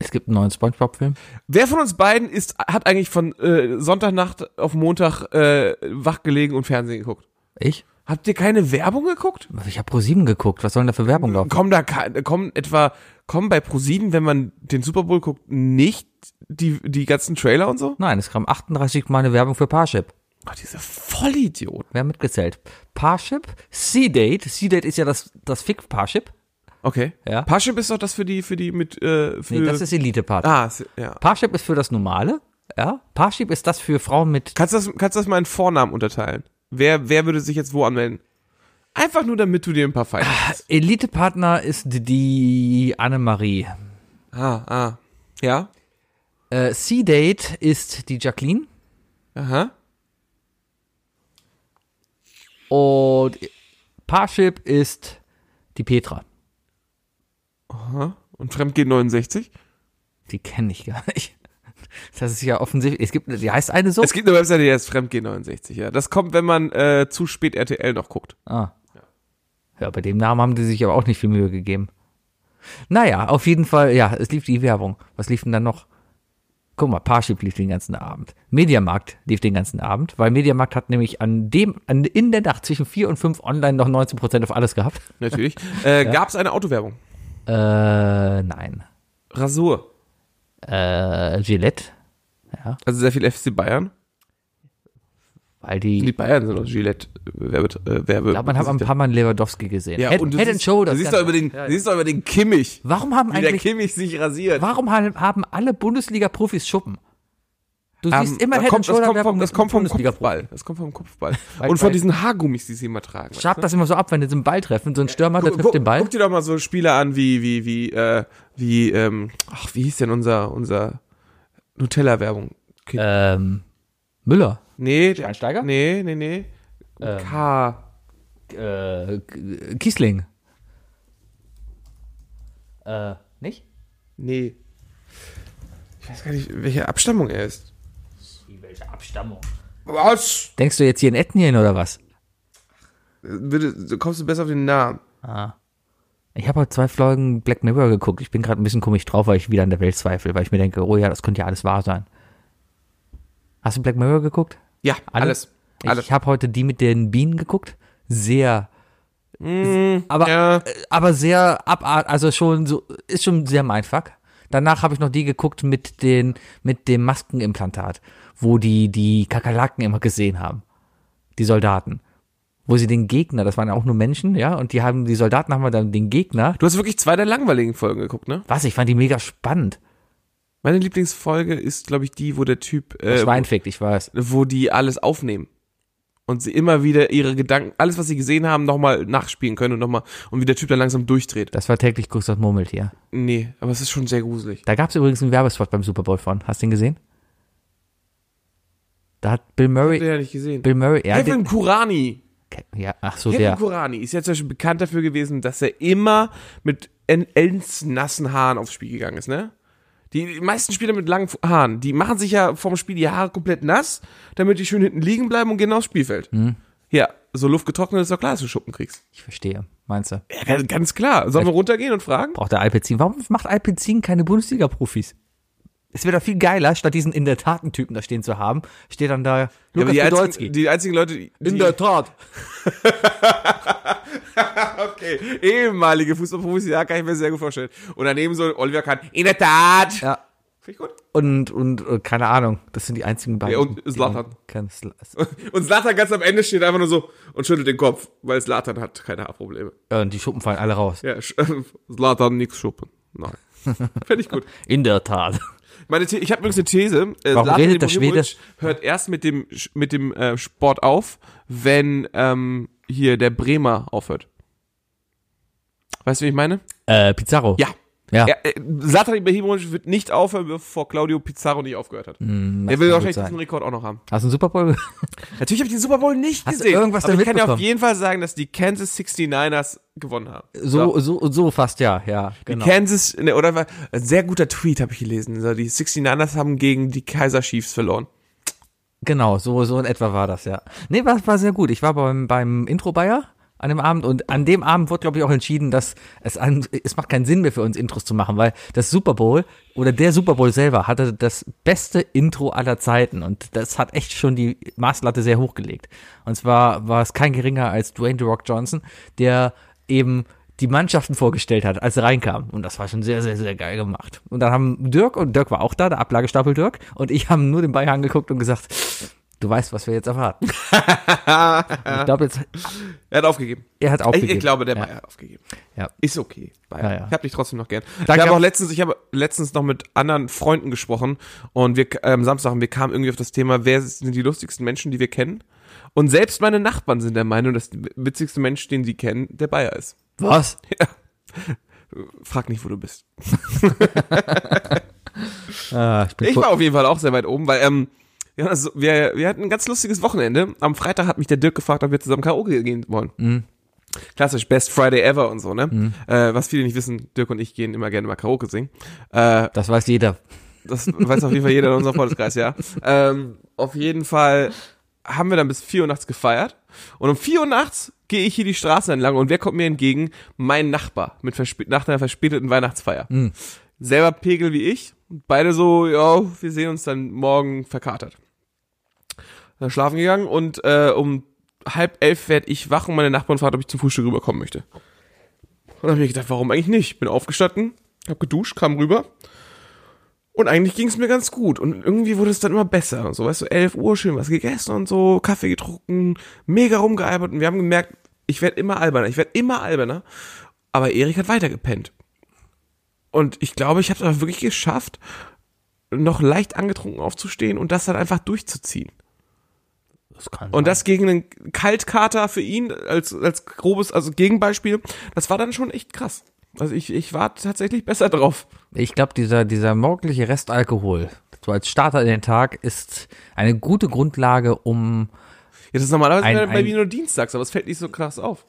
S1: Es gibt einen neuen Spongebob-Film.
S2: Wer von uns beiden ist, hat eigentlich von äh, Sonntagnacht auf Montag äh, wachgelegen und Fernsehen geguckt?
S1: Ich? Also
S2: Habt ihr keine Werbung geguckt?
S1: Ich habe Pro7 geguckt. Was soll denn da für Werbung laufen?
S2: Kommen da ke- kommen etwa kommen bei ProSieben, wenn man den Super Bowl guckt, nicht die die ganzen Trailer und so?
S1: Nein, es kam 38 Mal eine Werbung für Parship.
S2: Ach, diese Vollidioten.
S1: Wir haben mitgezählt. Parship, C-Date. C-Date ist ja das, das Fick Parship.
S2: Okay.
S1: Ja.
S2: Parship ist doch das für die für die mit äh, für
S1: Nee, das ist Elite-Part.
S2: Ah, s- ja.
S1: Parship ist für das Normale. Ja. Parship ist das für Frauen mit.
S2: Kannst du das, kannst du das mal in Vornamen unterteilen? Wer, wer würde sich jetzt wo anmelden? Einfach nur, damit du dir ein paar Feinde hast.
S1: Elite-Partner ist die Annemarie.
S2: Ah, ah. Ja?
S1: Äh, C-Date ist die Jacqueline.
S2: Aha.
S1: Und Parship ist die Petra.
S2: Und Fremdgehen 69?
S1: Die kenne ich gar nicht. Das ist ja offensichtlich. Es gibt, die heißt eine so.
S2: Es gibt eine Webseite, die heißt Fremdgehen 69, ja. Das kommt, wenn man äh, zu spät RTL noch guckt.
S1: Ah. Ja, bei dem Namen haben die sich aber auch nicht viel Mühe gegeben. Naja, auf jeden Fall, ja, es lief die Werbung. Was lief denn dann noch? Guck mal, Parship lief den ganzen Abend. Mediamarkt lief den ganzen Abend, weil Mediamarkt hat nämlich an dem, an, in der Nacht zwischen 4 und 5 online noch 19% auf alles gehabt.
S2: Natürlich. äh, Gab's eine Autowerbung?
S1: Äh, nein.
S2: Rasur.
S1: Äh, Gillette,
S2: Also sehr viel FC Bayern.
S1: weil
S2: Die
S1: die,
S2: Bayern sind aus Gillette äh, Werbe. Äh, Werbe
S1: ich glaube, man hat ein paar Mal Lewandowski gesehen.
S2: ja,
S1: Head,
S2: und du
S1: Head
S2: siehst,
S1: and Shoulders.
S2: Du siehst
S1: ganz-
S2: doch über den, du siehst doch über den Kimmich.
S1: Warum haben
S2: Wie der
S1: eigentlich
S2: Kimmich sich rasiert.
S1: Warum ha- haben alle Bundesliga-Profis Schuppen? Du siehst immer
S2: das
S1: Head
S2: Ähm, kommt,
S1: and
S2: das
S1: Shoulder
S2: kommt,
S1: Werbung
S2: vom, das
S1: mit
S2: kommt vom
S1: Bundesliga-Profi.
S2: Kopfball. Das kommt vom Kopfball.
S1: Weil-
S2: Und von
S1: weil-
S2: diesen Haargummis, die sie immer tragen.
S1: Schab das immer so ab, wenn die so einen Ball treffen. So ein Stürmer, der
S2: Guck-
S1: trifft den Ball.
S2: Guck dir doch mal so Spieler an, wie, wie, wie, äh, wie, ähm, ach, wie hieß denn unser, unser Nutella-Werbung? Kind.
S1: Ähm, Müller.
S2: nee, der-
S1: Schweinsteiger? Ähm.
S2: Nee, nee, nee. K.
S1: Äh, K- Kiesling. Äh, nicht?
S2: Nee. Ich weiß gar nicht, welche Abstammung er ist.
S1: Welche Abstammung?
S2: Was?
S1: Denkst du jetzt hier in Ethnien oder was?
S2: Würde, kommst du besser auf den Namen?
S1: Ich habe heute zwei Folgen Black Mirror geguckt. Ich bin gerade ein bisschen komisch drauf, weil ich wieder an der Welt zweifle, weil ich mir denke, oh ja, das könnte ja alles wahr sein. Hast du Black Mirror geguckt?
S2: Ja, alles.
S1: Alles. Ich habe heute die mit den Bienen geguckt. Sehr. aber,
S2: ja.
S1: äh, aber sehr abart, also schon so, ist schon sehr Mindfuck. Danach habe ich noch die geguckt mit den mit dem Maskenimplantat, wo die die Kakerlaken immer gesehen haben. Die Soldaten, wo sie den Gegner, das waren ja auch nur Menschen, ja, und die haben die Soldaten haben dann den Gegner.
S2: Du hast wirklich zwei der langweiligen Folgen geguckt, ne?
S1: Was, ich fand die mega spannend.
S2: Meine Lieblingsfolge ist, glaube ich, die, wo der Typ, äh,
S1: Schweinfickt, ich weiß.
S2: wo die alles aufnehmen. Und sie immer wieder ihre Gedanken, alles, was sie gesehen haben, nochmal nachspielen können und nochmal, und wie der Typ dann langsam durchdreht.
S1: Das war täglich grüßt das Murmeltier.
S2: Nee, aber es ist schon sehr gruselig.
S1: Da gab es übrigens einen Werbespot beim Super Bowl von. Hast du den gesehen? Da hat Bill Murray.
S2: Hätte ja nicht gesehen.
S1: Bill Murray, ja,
S2: Kevin
S1: den,
S2: Kurani.
S1: ja ach so,
S2: Kevin
S1: der.
S2: Kurani ist ja zum Beispiel bekannt dafür gewesen, dass er immer mit en- nassen Haaren aufs Spiel gegangen ist, ne? Die meisten Spieler mit langen Haaren, die machen sich ja vorm Spiel die Haare komplett nass, damit die schön hinten liegen bleiben und gehen aufs Spielfeld.
S1: Mhm.
S2: Ja, so Luft getrocknet ist doch klar, dass du Schuppen kriegst.
S1: Ich verstehe, meinst du?
S2: Ja, ganz- ganz klar. Sollen wir runtergehen und fragen?
S1: Braucht der Alpecin. Warum macht Alpecin keine Bundesliga-Profis? Es wäre doch viel geiler, statt diesen in der Taten-Typen da stehen zu haben, steht dann da
S2: Ja, aber
S1: Lukas
S2: die,
S1: Podolski.
S2: einzigen, die einzigen Leute, die, die
S1: Tat.
S2: okay, ehemalige Fußballprofis, ja, kann ich mir sehr gut vorstellen. Und daneben so Oliver Kahn, in der Tat.
S1: Ja.
S2: Finde ich gut.
S1: Und, und, äh, keine Ahnung, das sind die einzigen beiden.
S2: Ja, und
S1: die
S2: Zlatan.
S1: man kann. Sl-
S2: Und Slatan ganz am Ende steht einfach nur so und schüttelt den Kopf, weil Slatan hat keine Haarprobleme.
S1: Ja, und die Schuppen fallen alle raus.
S2: Ja, sch- Slatan nix schuppen. Nein. Finde ich gut.
S1: In der Tat.
S2: Meine The ich habe übrigens eine These. Äh,
S1: Warum
S2: Zlatan
S1: redet der
S2: Ibrahimovic Hört erst mit dem, Sch- mit dem äh, Sport auf, wenn ähm, hier der Bremer aufhört. Weißt du, wie ich meine?
S1: Äh, Pizarro.
S2: Ja.
S1: Ja.
S2: Er, äh, Zlatan Ibrahimovic wird nicht aufhören, bevor Claudio Pizarro nicht aufgehört hat. er will
S1: Hm, kann gut
S2: wahrscheinlich
S1: sein.
S2: diesen Rekord auch noch haben.
S1: Hast du einen Super Bowl?
S2: Natürlich habe ich den Super Bowl nicht
S1: Hast du
S2: gesehen.
S1: irgendwas
S2: aber
S1: denn
S2: ich kann ja auf
S1: mitbekommen?
S2: jeden Fall sagen, dass die Kansas 69ers gewonnen haben.
S1: So, so, so fast ja, ja. Genau.
S2: Kansas, ne, oder war- ein sehr guter Tweet habe ich gelesen. So, Die 69ers haben gegen die Kaiser Chiefs verloren.
S1: Genau, so, so in etwa war das, ja. Nee, war, war sehr gut. Ich war beim, beim Intro-Bayer an dem Abend und an dem Abend wurde, glaube ich, auch entschieden, dass es, an, es macht keinen Sinn mehr für uns, Intros zu machen, weil das Super Bowl oder der Super Bowl selber hatte das beste Intro aller Zeiten und das hat echt schon die Maßlatte sehr hochgelegt. Und zwar war es kein geringer als Dwayne The Rock Johnson, der eben die Mannschaften vorgestellt hat, als er reinkam. Und das war schon sehr, sehr, sehr geil gemacht. Und dann haben Dirk, und Dirk war auch da, der Ablagestapel Dirk, und ich haben nur den Bayer angeguckt und gesagt, du weißt, was wir jetzt erwarten. Und ich glaube jetzt,
S2: Er hat aufgegeben.
S1: er hat aufgegeben.
S2: Ich, ich glaube, der
S1: ja.
S2: Bayer hat aufgegeben.
S1: Ja.
S2: Ist okay. Bayer.
S1: Ja, ja.
S2: Ich habe dich trotzdem noch gern.
S1: Danke.
S2: Ich habe auch letztens, ich habe letztens noch mit anderen Freunden gesprochen und wir äh, am Samstag und wir kamen irgendwie auf das Thema, wer sind die lustigsten Menschen, die wir kennen? Und selbst meine Nachbarn sind der Meinung, dass der witzigste Mensch, den sie kennen, der Bayer ist.
S1: Was?
S2: Frag nicht, wo du bist.
S1: Ah, ich bin
S2: Ich
S1: voll-
S2: war auf jeden Fall auch sehr weit oben, weil ähm, wir, hatten so- wir, wir hatten ein ganz lustiges Wochenende. Am Freitag hat mich der Dirk gefragt, ob wir zusammen Karaoke gehen wollen. Klassisch, Best Friday Ever und so, ne? Äh, was viele nicht wissen, Dirk und ich gehen immer gerne mal Karaoke singen. Äh,
S1: das weiß jeder.
S2: das weiß auf jeden Fall jeder in unserem Freundeskreis, ja. Ähm, auf jeden Fall haben wir dann bis 4 Uhr nachts gefeiert. Und um 4 Uhr nachts gehe ich hier die Straße entlang und wer kommt mir entgegen? Mein Nachbar mit verspä- nach einer verspäteten Weihnachtsfeier. Selber Pegel wie ich. Und beide so, ja, wir sehen uns dann morgen verkatert. Dann schlafen gegangen und äh, um halb elf werd ich wach und meine Nachbarn fragt, ob ich zum Frühstück rüberkommen möchte. Und dann habe ich mir gedacht, warum eigentlich nicht? Bin aufgestanden, habe geduscht, kam rüber und eigentlich ging es mir ganz gut. Und irgendwie wurde es dann immer besser. Und so, weißt du, 11 Uhr schön was gegessen und so, Kaffee getrunken, mega rumgealbert. Und wir haben gemerkt, ich werde immer alberner, ich werde immer alberner. Aber Erik hat weitergepennt. Und ich glaube, ich habe es aber wirklich geschafft, noch leicht angetrunken aufzustehen und das dann einfach durchzuziehen.
S1: Das kann
S2: Und
S1: sein.
S2: das gegen einen Kaltkater für ihn als, als grobes, also Gegenbeispiel, das war dann schon echt krass. Also ich, ich war tatsächlich besser drauf.
S1: Ich glaube, dieser, dieser morgendliche Restalkohol, so als Starter in den Tag, ist eine gute Grundlage, um
S2: Ja, das ist normalerweise
S1: Ein-
S2: bei- bei
S1: ein-
S2: mir nur dienstags, aber es fällt nicht so krass auf.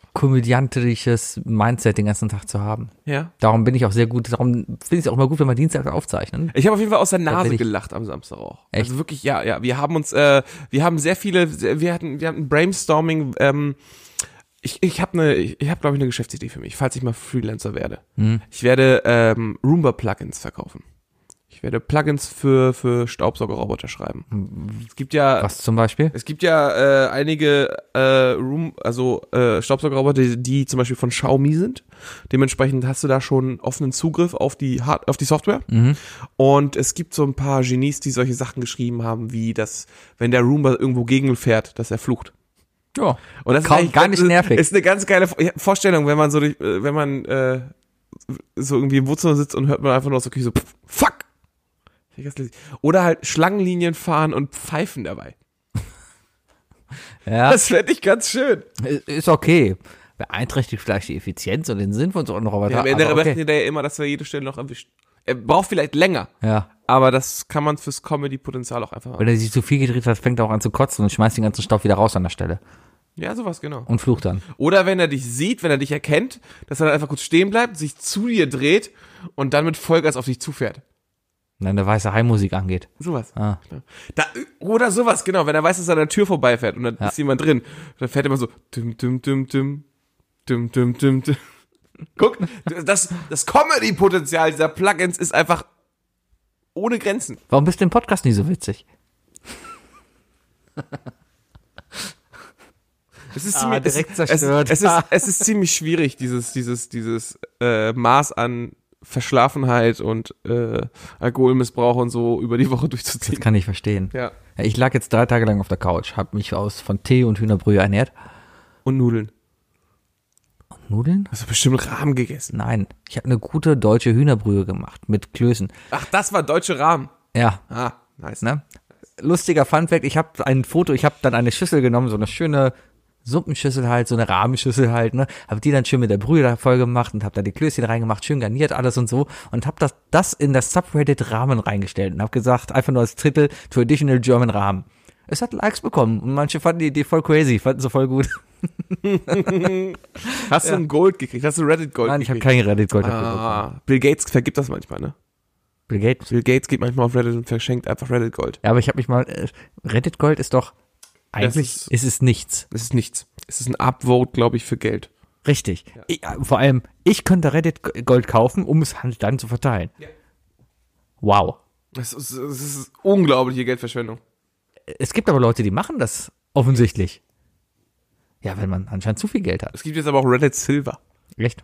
S1: komödiantisches Mindset den ganzen Tag zu haben.
S2: Ja.
S1: Darum bin ich auch sehr gut, darum finde ich es auch immer gut, wenn wir Dienstag aufzeichnen.
S2: Ich habe auf jeden Fall aus der
S1: bin
S2: Nase
S1: ich-
S2: gelacht am Samstag auch.
S1: Echt?
S2: Also wirklich, ja, ja. Wir haben uns, äh, wir haben sehr viele, sehr- wir hatten, wir hatten Brainstorming. Ähm, ich ich habe eine, ich habe glaube ich eine Geschäftsidee
S1: Mhm.
S2: für mich, falls ich mal Freelancer werde. Ich werde ähm, Roomba Plugins verkaufen. Ich werde Plugins für, für Staubsaugerroboter schreiben. Es gibt ja,
S1: Mhm. Was zum Beispiel?
S2: es gibt ja äh, einige äh, Room, also äh, Staubsaugerroboter, die, die zum Beispiel von Xiaomi sind. Dementsprechend hast du da schon offenen Zugriff auf die Hard auf die Software. Und es gibt so ein paar Genies, die solche Sachen geschrieben haben, wie dass wenn der Roomba irgendwo gegenfährt, dass er flucht.
S1: Ja.
S2: Und das
S1: Kaum-
S2: eigentlich-
S1: gar nicht
S2: das
S1: nervig.
S2: Ist eine ganz geile Vorstellung, wenn man so durch, äh, wenn man äh, so irgendwie im Wohnzimmer sitzt und hört man einfach nur aus der Küche so pff, Fuck. Oder halt Schlangenlinien fahren und pfeifen dabei.
S1: ja.
S2: Das fände ich ganz schön.
S1: Ist okay. Beeinträchtigt vielleicht die Effizienz und den Sinn von so einem Roboter.
S2: Ja, Am Ende
S1: aber
S2: okay.
S1: okay.
S2: rechnet er ja immer, E dass er jede Stelle noch erwischt. Er braucht vielleicht länger,
S1: Ja.
S2: aber das kann man fürs Comedy-Potenzial auch einfach machen.
S1: Wenn er sich zu viel gedreht hat, fängt er auch an zu kotzen und schmeißt den ganzen Staub wieder raus an der Stelle.
S2: Ja, sowas, genau.
S1: Und flucht dann.
S2: Oder wenn er dich sieht, wenn er dich erkennt, dass er dann einfach kurz stehen bleibt, sich zu dir dreht und dann mit Vollgas auf dich zufährt.
S1: Und dann der weiße High-Musik angeht.
S2: Sowas.
S1: Ah.
S2: Da, oder sowas, genau, wenn er weiß, dass er an der Tür vorbeifährt und dann ist jemand drin, dann fährt er immer so düm düm düm düm düm düm düm. düm. Guck, das, das Comedy-Potenzial dieser Plugins ist einfach ohne Grenzen.
S1: Warum bist du im Podcast nie so witzig?
S2: Es ist,
S1: Ah,
S2: ziemlich,
S1: direkt
S2: es,
S1: zerstört.
S2: Es, es, ist, es ist ziemlich schwierig, dieses, dieses, dieses äh, Maß an Verschlafenheit und äh, Alkoholmissbrauch und so über die Woche
S1: Das
S2: durchzuziehen.
S1: kann ich verstehen.
S2: Ja.
S1: Ich lag jetzt drei Tage lang auf der Couch, habe mich aus von Tee und Hühnerbrühe ernährt.
S2: Und Nudeln.
S1: Nudeln?
S2: Hast du bestimmt Rahmen gegessen.
S1: Nein, ich habe eine gute deutsche Hühnerbrühe gemacht mit Klößen.
S2: Ach, das war deutsche Rahmen.
S1: Ja,
S2: Ah, nice.
S1: ne? Lustiger Funfact, ich habe ein Foto, ich habe dann eine Schüssel genommen, so eine schöne Suppenschüssel halt, so eine Rahmenschüssel halt, ne? Habe die dann schön mit der Brühe da voll gemacht und habe da die Klößchen reingemacht, schön garniert alles und so und habe das das in das Subreddit Rahmen reingestellt und habe gesagt, einfach nur als Titel Traditional German Rahmen. Es hat Likes bekommen und manche fanden die Idee voll crazy, fanden sie voll gut.
S2: Hast du ein Gold gekriegt? Hast du Reddit Gold
S1: Nein, ich habe
S2: gekriegt?
S1: kein Reddit Gold abgebekommen.
S2: ah, Bill Gates vergibt das manchmal, ne?
S1: Bill Gates.
S2: Bill Gates geht manchmal auf Reddit und verschenkt einfach Reddit Gold.
S1: Ja, aber ich habe mich mal äh, Reddit Gold ist doch eigentlich
S2: ist-
S1: ist, es nichts.
S2: Es ist nichts. Es ist ein Upvote, glaube ich, für Geld.
S1: Richtig. Ich, äh, vor allem, ich könnte Reddit Gold kaufen, um es halt dann zu verteilen. Wow.
S2: Das ist, das ist unglaubliche Geldverschwendung.
S1: Es gibt aber Leute, die machen das offensichtlich. Ja, wenn man anscheinend zu viel Geld hat.
S2: Es gibt jetzt aber auch Reddit Silver.
S1: Echt?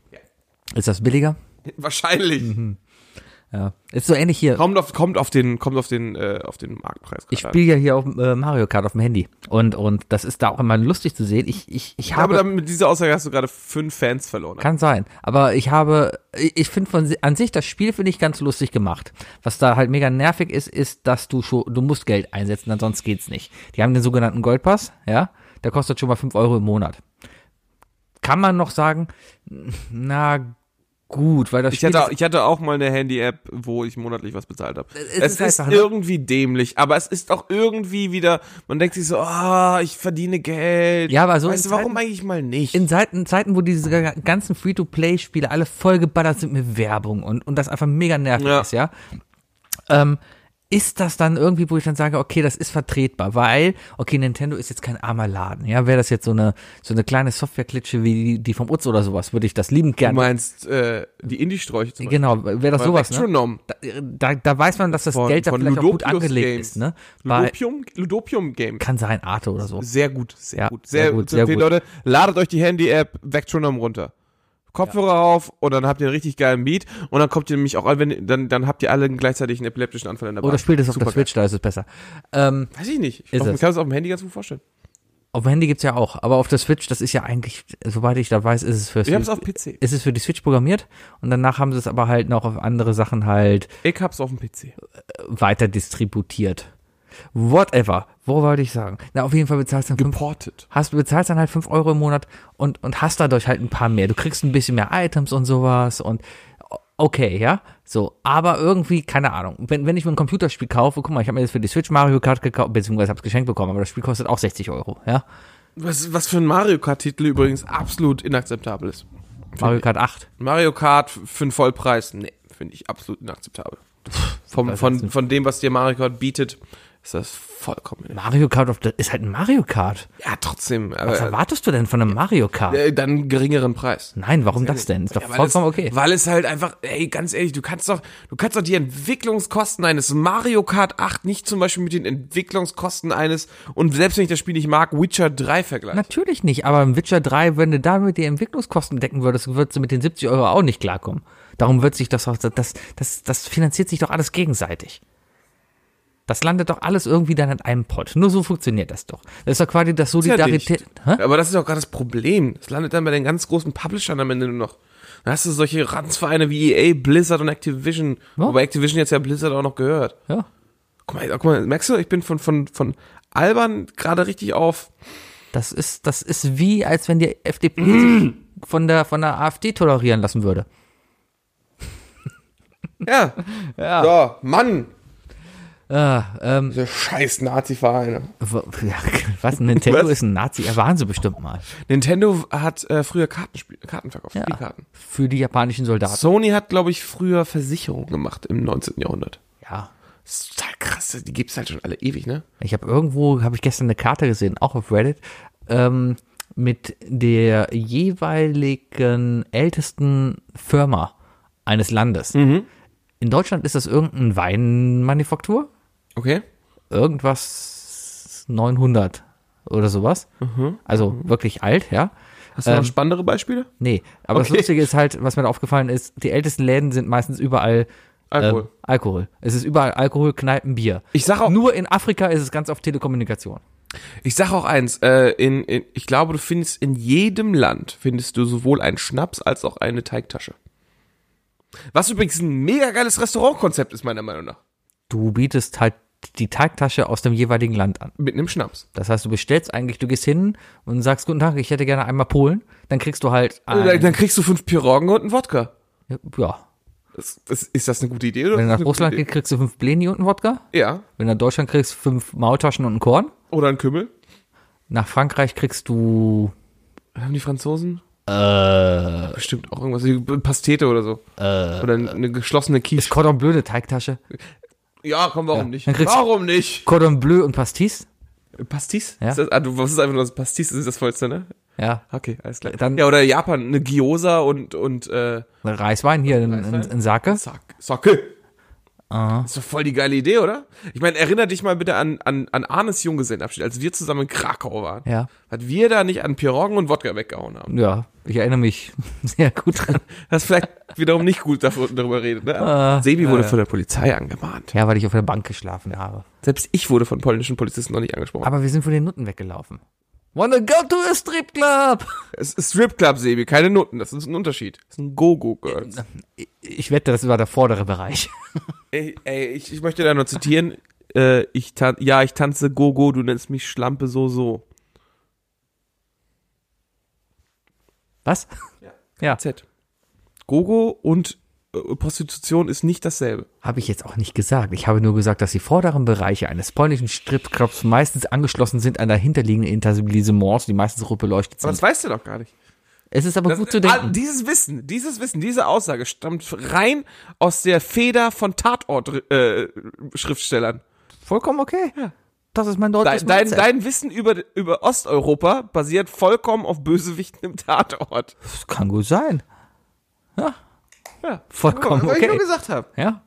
S1: Ist das billiger?
S2: Wahrscheinlich.
S1: Ja. Ist so ähnlich hier.
S2: Kommt auf, kommt auf den, kommt auf den, äh, auf den Marktpreis.
S1: Ich
S2: gerade an.
S1: spiele ja hier auf äh, Mario Kart auf dem Handy. Und, und das ist da auch immer lustig zu sehen. Ich, ich, ich
S2: Ja, aber
S1: habe.
S2: dann mit dieser Aussage hast du gerade fünf Fans verloren.
S1: Kann sein. Aber ich habe, ich ich finde von si- an sich das Spiel finde ich ganz lustig gemacht. Was da halt mega nervig ist, ist, dass du schon, du musst Geld einsetzen, dann sonst geht's nicht. Die haben den sogenannten Goldpass, ja, der kostet schon mal 5 Euro im Monat. Kann man noch sagen, na gut, weil das
S2: ich hatte, ich hatte auch mal eine Handy-App, wo ich monatlich was bezahlt habe. Es ist,
S1: ist einfach, ne?
S2: irgendwie dämlich, aber es ist auch irgendwie wieder, man denkt sich so, ah, ich verdiene Geld.
S1: Ja, aber so
S2: weißt
S1: in
S2: du, warum
S1: Zeiten-
S2: eigentlich mal nicht?
S1: in Zeiten, Zeiten, wo diese ganzen Free-to-Play-Spiele alle vollgeballert sind mit Werbung und, und das einfach mega nervig
S2: Ja.
S1: ist, ja, ähm, ist das dann irgendwie, wo ich dann sage, okay, das ist vertretbar, weil, okay, Nintendo ist jetzt kein armer Laden, ja, wäre das jetzt so eine, so eine kleine Software-Klitsche wie die, die vom Utz oder sowas, würde ich das liebend
S2: du
S1: gerne.
S2: meinst äh, die Indie-Sträuche zum Beispiel.
S1: Genau, wäre das sowas, ne?
S2: Astronom.
S1: Da, da, da weiß man, dass das
S2: Von-
S1: Geld da
S2: von
S1: vielleicht auch gut
S2: Ludopius
S1: angelegt
S2: Games.
S1: ist, ne? Bei,
S2: Ludopium, Ludopium Game.
S1: kann sein, Arte oder so.
S2: Sehr gut, sehr
S1: Ja,
S2: gut. Sehr,
S1: sehr gut,
S2: gut,
S1: sehr
S2: empfehlen,
S1: gut.
S2: Leute, ladet euch die Handy-App Vectronom runter. Kopfhörer auf und dann habt ihr einen richtig geilen Beat und dann kommt ihr nämlich auch an, wenn, dann, dann habt ihr alle gleichzeitig einen epileptischen Anfall in der Bahn.
S1: Oder spielt es auf der
S2: Supergeil.
S1: Switch, da ist es besser. Ähm,
S2: Weiß ich nicht. Ich
S1: Ist
S2: kann
S1: es.
S2: es auf dem Handy ganz gut vorstellen.
S1: Auf dem Handy gibt's ja auch, aber auf der Switch, das ist ja eigentlich, soweit ich da weiß, ist es für
S2: Ich hab's auf PC.
S1: ist es für die Switch programmiert und danach haben sie es aber halt noch auf andere Sachen halt
S2: Ich hab's auf dem PC.
S1: weiter distributiert. Whatever. Wo wollte ich sagen? Na, auf jeden Fall bezahlst du dann fünf,
S2: Ported.
S1: hast, bezahlst dann halt fünf Euro im Monat und, und hast dadurch halt ein paar mehr. Du kriegst ein bisschen mehr Items und sowas und okay, ja, so, aber irgendwie, keine Ahnung, wenn, wenn ich mir ein Computerspiel kaufe, guck mal, ich habe mir jetzt für die Switch Mario Kart gekauft, beziehungsweise hab's geschenkt bekommen, aber das Spiel kostet auch 60 Euro, ja,
S2: Was, was für ein Mario Kart-Titel übrigens absolut inakzeptabel ist.
S1: Mario Kart 8.
S2: Mario Kart f- für einen Vollpreis, nee, finde ich absolut inakzeptabel. Vom, von, von dem, was dir Mario Kart bietet, ist das vollkommen.
S1: Mario Kart auf der, ist halt ein Mario Kart.
S2: Ja, trotzdem.
S1: Was
S2: Aber,
S1: erwartest du denn von einem Mario Kart?
S2: äh, dann geringeren Preis.
S1: Nein, warum das Hm. denn? Ist doch
S2: Ja, weil
S1: vollkommen
S2: es,
S1: okay.
S2: Weil es halt einfach, ey, ganz ehrlich, du kannst doch, du kannst doch die Entwicklungskosten eines Mario Kart 8 nicht zum Beispiel mit den Entwicklungskosten eines, und selbst wenn ich das Spiel nicht mag, Witcher 3 vergleichen.
S1: Natürlich nicht, aber im Witcher 3, wenn du damit die Entwicklungskosten decken würdest, würdest du mit den 70 Euro auch nicht klarkommen. Darum wird sich das, auch- das, das, das finanziert sich doch alles gegenseitig. Das landet doch alles irgendwie dann in einem Pott. Nur so funktioniert das doch. Das ist doch quasi das Solidarität. Hä?
S2: Aber das ist doch gerade das Problem. Das landet dann bei den ganz großen Publishern am Ende nur noch. Dann hast du solche Ranzvereine wie EA, Blizzard und Activision.
S1: Ja.
S2: Wobei Activision jetzt ja Blizzard auch noch gehört.
S1: Ja.
S2: Guck mal, guck mal, merkst du, ich bin von, von, von albern gerade richtig auf.
S1: Das ist, das ist wie, als wenn die FDP sich von der, von der AfD tolerieren lassen würde.
S2: Ja. ja. Ah, So, Mann.
S1: Äh, ähm,
S2: Diese scheiß Nazi-Vereine.
S1: w- ja, was? Nintendo
S2: Was?
S1: ist ein Nazi. Er waren sie bestimmt mal.
S2: Nintendo hat äh, früher Kartenspiel, Karten verkauft,
S1: Ja.
S2: Spielkarten.
S1: Für die japanischen Soldaten.
S2: Sony hat, glaube ich, früher Versicherungen gemacht im 19. Jahrhundert.
S1: Ja.
S2: Das ist total krass, die gibt's halt schon alle ewig, ne?
S1: Ich habe irgendwo, habe ich gestern eine Karte gesehen, auch auf Reddit, ähm, mit der jeweiligen ältesten Firma eines Landes.
S2: Mhm.
S1: In Deutschland ist das irgendeine Weinmanufaktur,
S2: Okay.
S1: irgendwas 900 oder sowas.
S2: Mhm.
S1: Also wirklich alt, ja.
S2: Hast du noch spannendere Beispiele?
S1: Nee, aber das
S2: Okay.
S1: Lustige ist halt, was mir da aufgefallen ist, die ältesten Läden sind meistens überall
S2: Alkohol.
S1: Ähm, Alkohol. Es ist überall Alkohol, Kneipen, Bier.
S2: Ich sag auch-
S1: Nur in Afrika ist es ganz oft Telekommunikation.
S2: Ich sag auch eins, äh, in, in, ich glaube, du findest in jedem Land, findest du sowohl einen Schnaps als auch eine Teigtasche. Was übrigens ein mega geiles Restaurantkonzept ist, meiner Meinung nach.
S1: du bietest halt die Teigtasche aus dem jeweiligen Land an.
S2: Mit einem Schnaps.
S1: Das heißt, du bestellst eigentlich, du gehst hin und sagst, guten Tag, ich hätte gerne einmal Polen. Dann kriegst du halt
S2: Äh, Dann,
S1: ein,
S2: dann kriegst du fünf Piroggen und einen Wodka.
S1: ja,
S2: Das, das, ist das eine gute Idee? Oder
S1: wenn du
S2: ist das eine
S1: nach
S2: gute
S1: Russland
S2: Idee?
S1: gehst, kriegst du fünf Bleni und einen Wodka.
S2: Ja.
S1: Wenn du nach Deutschland kriegst, fünf Maultaschen und ein Korn.
S2: Oder ein Kümmel.
S1: Nach Frankreich kriegst du,
S2: Haben die Franzosen?
S1: äh,
S2: Bestimmt auch irgendwas, wie Pastete oder so. oder eine geschlossene
S1: ist
S2: Quiche.
S1: Cordon Bleu eine Teigtasche?
S2: Ja, komm, warum nicht?
S1: Dann kriegst-
S2: Warum nicht?
S1: Cordon Bleu und Pastis?
S2: Pastis?
S1: Ja.
S2: Ist das, ah, du, was ist einfach nur das Pastis? Ist das vollste, ne?
S1: Ja,
S2: Okay, alles klar.
S1: Dann-
S2: ja, oder Japan, eine Gyoza und, und, äh,
S1: Reiswein hier in, in, in Sake.
S2: Sak Sake.
S1: Ah.
S2: Ist doch voll die geile Idee, oder? Ich meine, erinner dich mal bitte an, an, an Arnes Junggesellenabschied, als wir zusammen in Krakau waren.
S1: Ja.
S2: Hat wir da nicht an Piroggen und Wodka weggehauen haben.
S1: Ja, ich erinnere mich sehr gut dran.
S2: Das ist vielleicht wiederum nicht gut davon, darüber redet, ne?
S1: Ah,
S2: Aber Sebi wurde von der Polizei angemahnt.
S1: Ja, weil ich auf der Bank geschlafen habe.
S2: Selbst ich wurde von polnischen Polizisten noch nicht angesprochen.
S1: Aber wir sind von den Nutten weggelaufen. Wanna go to a strip club?
S2: Es ist Stripclub, Sebi, keine Noten. Das ist ein Unterschied. Das sind Go-Go-Girls.
S1: Ich wette, das war der vordere Bereich.
S2: Ey, ey ich, ich möchte da nur zitieren. Äh, ich tan ja, ich tanze Go-Go, du nennst mich Schlampe so so.
S1: Was? Ja.
S2: Z. Go-Go und äh, Prostitution ist nicht dasselbe.
S1: Habe ich jetzt auch nicht gesagt. Ich habe nur gesagt, dass die vorderen Bereiche eines polnischen Stripclubs meistens angeschlossen sind an dahinterliegenden Etablissements, die meistens rot beleuchtet
S2: Aber
S1: sind.
S2: das weißt du doch gar nicht.
S1: Es ist aber
S2: Das,
S1: gut zu
S2: ah,
S1: denken.
S2: dieses Wissen, dieses Wissen, diese Aussage stammt rein aus der Feder von äh, Tatort-Schriftstellern.
S1: Vollkommen okay. Das ist mein deutsches
S2: Dein, dein,
S1: Mindset.
S2: dein Wissen über, über Osteuropa basiert vollkommen auf Bösewichten im Tatort.
S1: Das kann gut sein.
S2: Ja.
S1: Vollkommen
S2: Was ich nur
S1: okay.
S2: gesagt habe.
S1: Ja?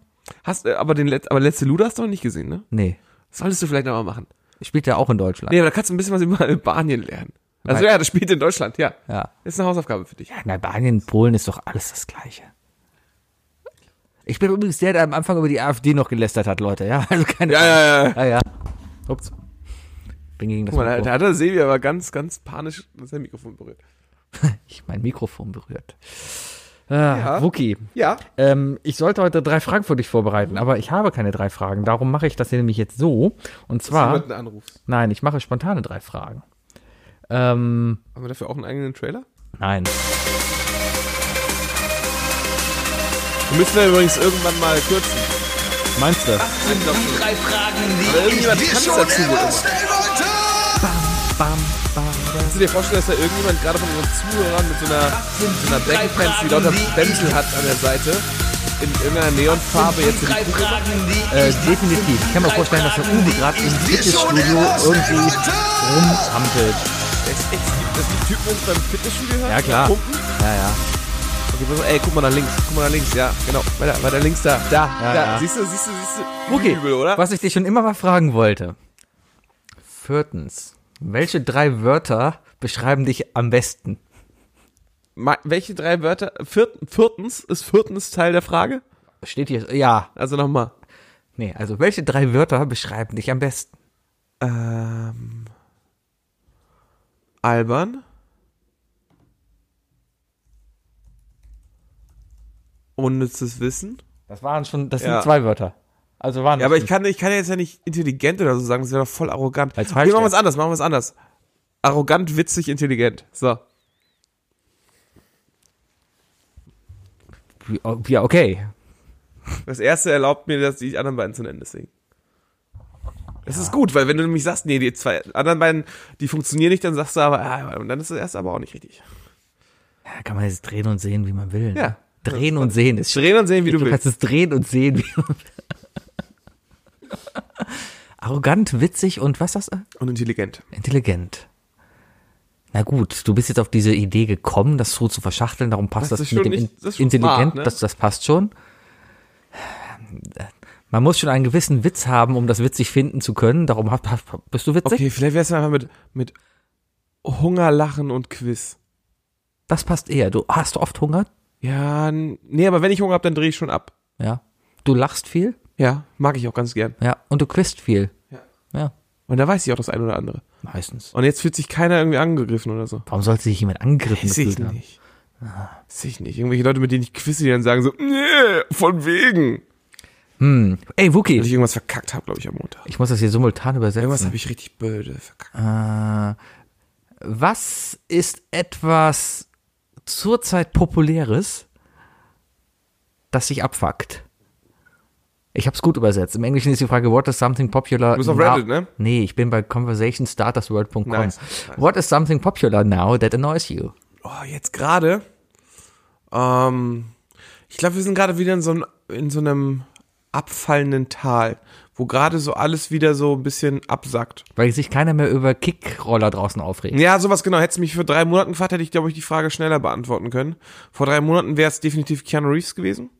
S2: Hast, äh, aber den Let aber letzte Luda hast du noch nicht gesehen, ne?
S1: Nee.
S2: Solltest du vielleicht nochmal machen.
S1: Spielt ja auch in Deutschland.
S2: Nee, aber da kannst du ein bisschen was über Albanien lernen. Also
S1: Weil-
S2: ja, das spielt in Deutschland, ja.
S1: Ja.
S2: Ist eine Hausaufgabe für dich.
S1: In Albanien, Polen ist doch alles das Gleiche. Ich bin übrigens der, der am Anfang über die AfD noch gelästert hat, Leute. Ja, also keine
S2: Ja, ja, ja.
S1: Ah ja. Ups. Bin gegen das
S2: Guck mal, da,
S1: Mikro-
S2: da hat der Sebi aber ganz, ganz panisch sein Mikrofon berührt.
S1: ich mein Mikrofon berührt. Ah, Wookie.
S2: Ja.
S1: Ähm, ich sollte heute drei Fragen für dich vorbereiten, aber ich habe keine drei Fragen. Darum mache ich das hier nämlich jetzt so. Und zwar,
S2: Jemanden anrufst.
S1: nein, ich mache spontane drei Fragen. Ähm,
S2: Haben wir dafür auch einen eigenen Trailer?
S1: nein.
S2: Wir müssen ja übrigens irgendwann mal kürzen.
S1: Meinst du?
S4: Drei Fragen,
S2: Aber irgendjemand
S4: die
S2: tanzt
S4: schon
S2: dazu wohl
S4: immer
S2: immer.
S4: stellen wollte.
S1: Bam, bam, bam.
S2: Kannst du dir vorstellen, dass da irgendjemand gerade von unseren Zuhörern mit so einer, mit so einer Backpants, die lauter Bändel hat an der Seite, in irgendeiner Neonfarbe jetzt in
S1: Äh, definitiv. Ich kann mir vorstellen, dass der Uwe gerade im Fitnessstudio irgendwie rumhampelt.
S2: Es gibt das die Typen uns beim Fitnessstudio hören?
S1: Ja, klar.
S2: Pumpen?
S1: Ja, ja.
S2: Okay, pass auf, ey, guck mal nach links, guck mal nach links, ja, genau, weiter, weiter links da, da,
S1: Ja,
S2: da,
S1: ja.
S2: siehst du, siehst du, siehst du,
S1: Okay,
S2: übel, oder?
S1: was ich dich schon immer mal fragen wollte. Viertens. Welche drei Wörter beschreiben dich am besten?
S2: Ma- Welche drei Wörter, viert, viertens, ist viertens Teil der Frage?
S1: Steht hier, ja.
S2: Also nochmal,
S1: Nee, also welche drei Wörter beschreiben dich am besten?
S2: ähm, albern unnützes Wissen
S1: Das waren schon, das
S2: Ja.
S1: sind zwei Wörter. Also waren
S2: Ja, aber ich
S1: schon-
S2: kann, ich kann jetzt ja nicht intelligent oder so sagen, das wäre doch voll arrogant.
S1: Als
S2: okay, machen wir
S1: Falschstern.
S2: es anders, machen wir es anders. Arrogant, witzig, intelligent. So.
S1: Ja, okay.
S2: Das erste erlaubt mir, dass die anderen beiden zu nennen, deswegen. Das ist gut, weil wenn du nämlich sagst, nee, die zwei anderen beiden, die funktionieren nicht, dann sagst du aber, ah, und dann ist das erste aber auch nicht richtig.
S1: Da kann man jetzt drehen und sehen, wie man will. ne?
S2: Ja.
S1: Drehen und sehen ist
S2: Drehen und sehen, wie du
S1: Du
S2: willst.
S1: kannst es drehen und sehen, wie man Arrogant, witzig und was das?
S2: Und intelligent.
S1: Intelligent. Na gut, du bist jetzt auf diese Idee gekommen, das so zu verschachteln, darum passt
S2: Das
S1: das,
S2: ist
S1: mit
S2: schon
S1: dem
S2: nicht-
S1: In-
S2: das ist schon
S1: Intelligent,
S2: smart, ne?
S1: das, das passt schon. Man muss schon einen gewissen Witz haben, um das witzig finden zu können, darum hab, hab, bist du witzig?
S2: Okay, vielleicht wär's einfach mit, mit Hunger, Lachen und Quiz.
S1: Das passt eher. Du hast du oft Hunger?
S2: Ja, n- nee, aber wenn ich Hunger habe, dann drehe ich schon ab.
S1: Ja. Du lachst viel?
S2: Ja, mag ich auch ganz gern.
S1: Ja. Und du quist viel?
S2: Ja.
S1: Ja,
S2: Und da weiß ich auch das eine oder andere.
S1: meistens.
S2: Und jetzt fühlt sich keiner irgendwie angegriffen oder so.
S1: Warum sollte sich jemand angegriffen
S2: Weiß ich
S1: gefühlt haben?
S2: nicht. Weiß ich nicht. Irgendwelche Leute, mit denen ich quizze, die dann sagen so, nee, von wegen.
S1: Hm. Ey,
S2: Weil
S1: Wookie,
S2: ich irgendwas verkackt habe, glaube Also ich, am Montag.
S1: ich muss das hier simultan
S2: Irgendwas
S1: übersetzen.
S2: habe ich richtig böde verkackt.
S1: Äh, was ist etwas zurzeit Populäres, das sich abfuckt? Ich hab's gut übersetzt. Im Englischen ist die Frage, what is something popular
S2: Du bist auf
S1: now-
S2: Reddit, ne?
S1: Nee, ich bin bei conversationstartersworld.com.
S2: Nice,
S1: What is something popular now that annoys you?
S2: Oh, jetzt gerade. Ähm, ich glaube, wir sind gerade wieder in so, einem- in so einem abfallenden Tal, wo gerade so alles wieder so ein bisschen absackt.
S1: Weil sich keiner mehr über Kickroller draußen aufregt.
S2: Ja, sowas genau. Hättest du mich vor drei Monaten gefragt, hätte ich, glaube ich, die Frage schneller beantworten können. Vor drei Monaten wäre es definitiv Keanu Reeves gewesen.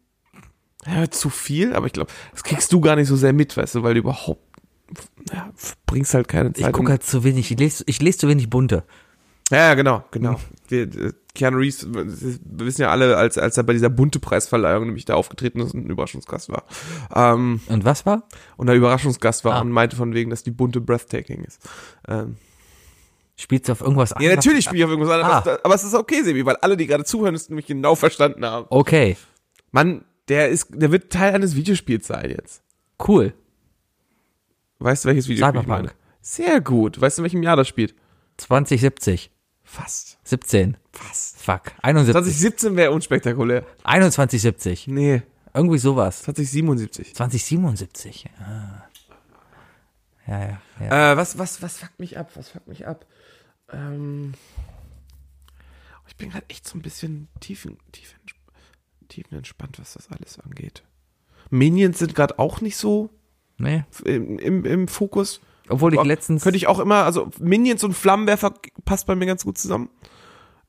S2: Ja, zu viel, aber ich glaube, das kriegst du gar nicht so sehr mit, weißt du, weil du überhaupt ja, bringst halt keine Zeit.
S1: Ich gucke halt zu wenig, ich lese, ich lese zu wenig bunte.
S2: ja, ja, genau, genau. Wir, äh, Keanu Reeves, wir wissen ja alle, als, als er bei dieser bunte Preisverleihung nämlich da aufgetreten ist und ein Überraschungsgast war. Ähm,
S1: Und was war?
S2: und der Überraschungsgast war
S1: Ah.
S2: und meinte von wegen, dass die bunte breathtaking ist. Ähm,
S1: Spielst du auf irgendwas an?
S2: ja, natürlich spiele ich auf irgendwas anderes,
S1: Ah.
S2: aber es ist okay, Sebi, weil alle, die gerade zuhören, es nämlich genau verstanden haben.
S1: Okay,
S2: Mann, der ist, der wird Teil eines Videospiels sein jetzt.
S1: cool.
S2: Weißt du, welches Videospiel ich
S1: Cyberpunk.
S2: meine? Sehr gut. Weißt du, in welchem Jahr das spielt?
S1: 2070.
S2: Fast.
S1: 17.
S2: Fast.
S1: Fuck. 71.
S2: 2017 wäre unspektakulär.
S1: 2170.
S2: Nee,
S1: Irgendwie sowas.
S2: 2077.
S1: 2077. Ah. Ja, ja, ja.
S2: Äh, was, was, was fuckt mich ab? Was fuckt mich ab? Ähm, oh, ich bin gerade echt so ein bisschen tiefen, tiefen, tiefen entspannt, was das alles angeht. Minions sind gerade auch nicht so
S1: Nee.
S2: im, im, im Fokus. Oh,
S1: Obwohl ich letztens.
S2: Könnte ich auch immer, also Minions und Flammenwerfer passt bei mir ganz gut zusammen.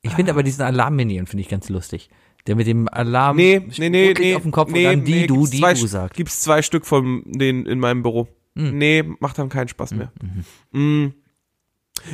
S1: ich finde aber diesen Alarm-Minion finde ich ganz lustig. Der mit dem Alarm.
S2: Nee, nee, nee,
S1: Klick
S2: nee.
S1: auf den Kopf
S2: nee,
S1: und dann die,
S2: nee,
S1: du,
S2: gibt's
S1: die,
S2: zwei,
S1: du sagt.
S2: Gibt's zwei Stück von denen in meinem Büro.
S1: Hm.
S2: Nee, macht dann keinen Spaß mehr.
S1: Mhm.
S2: Mm.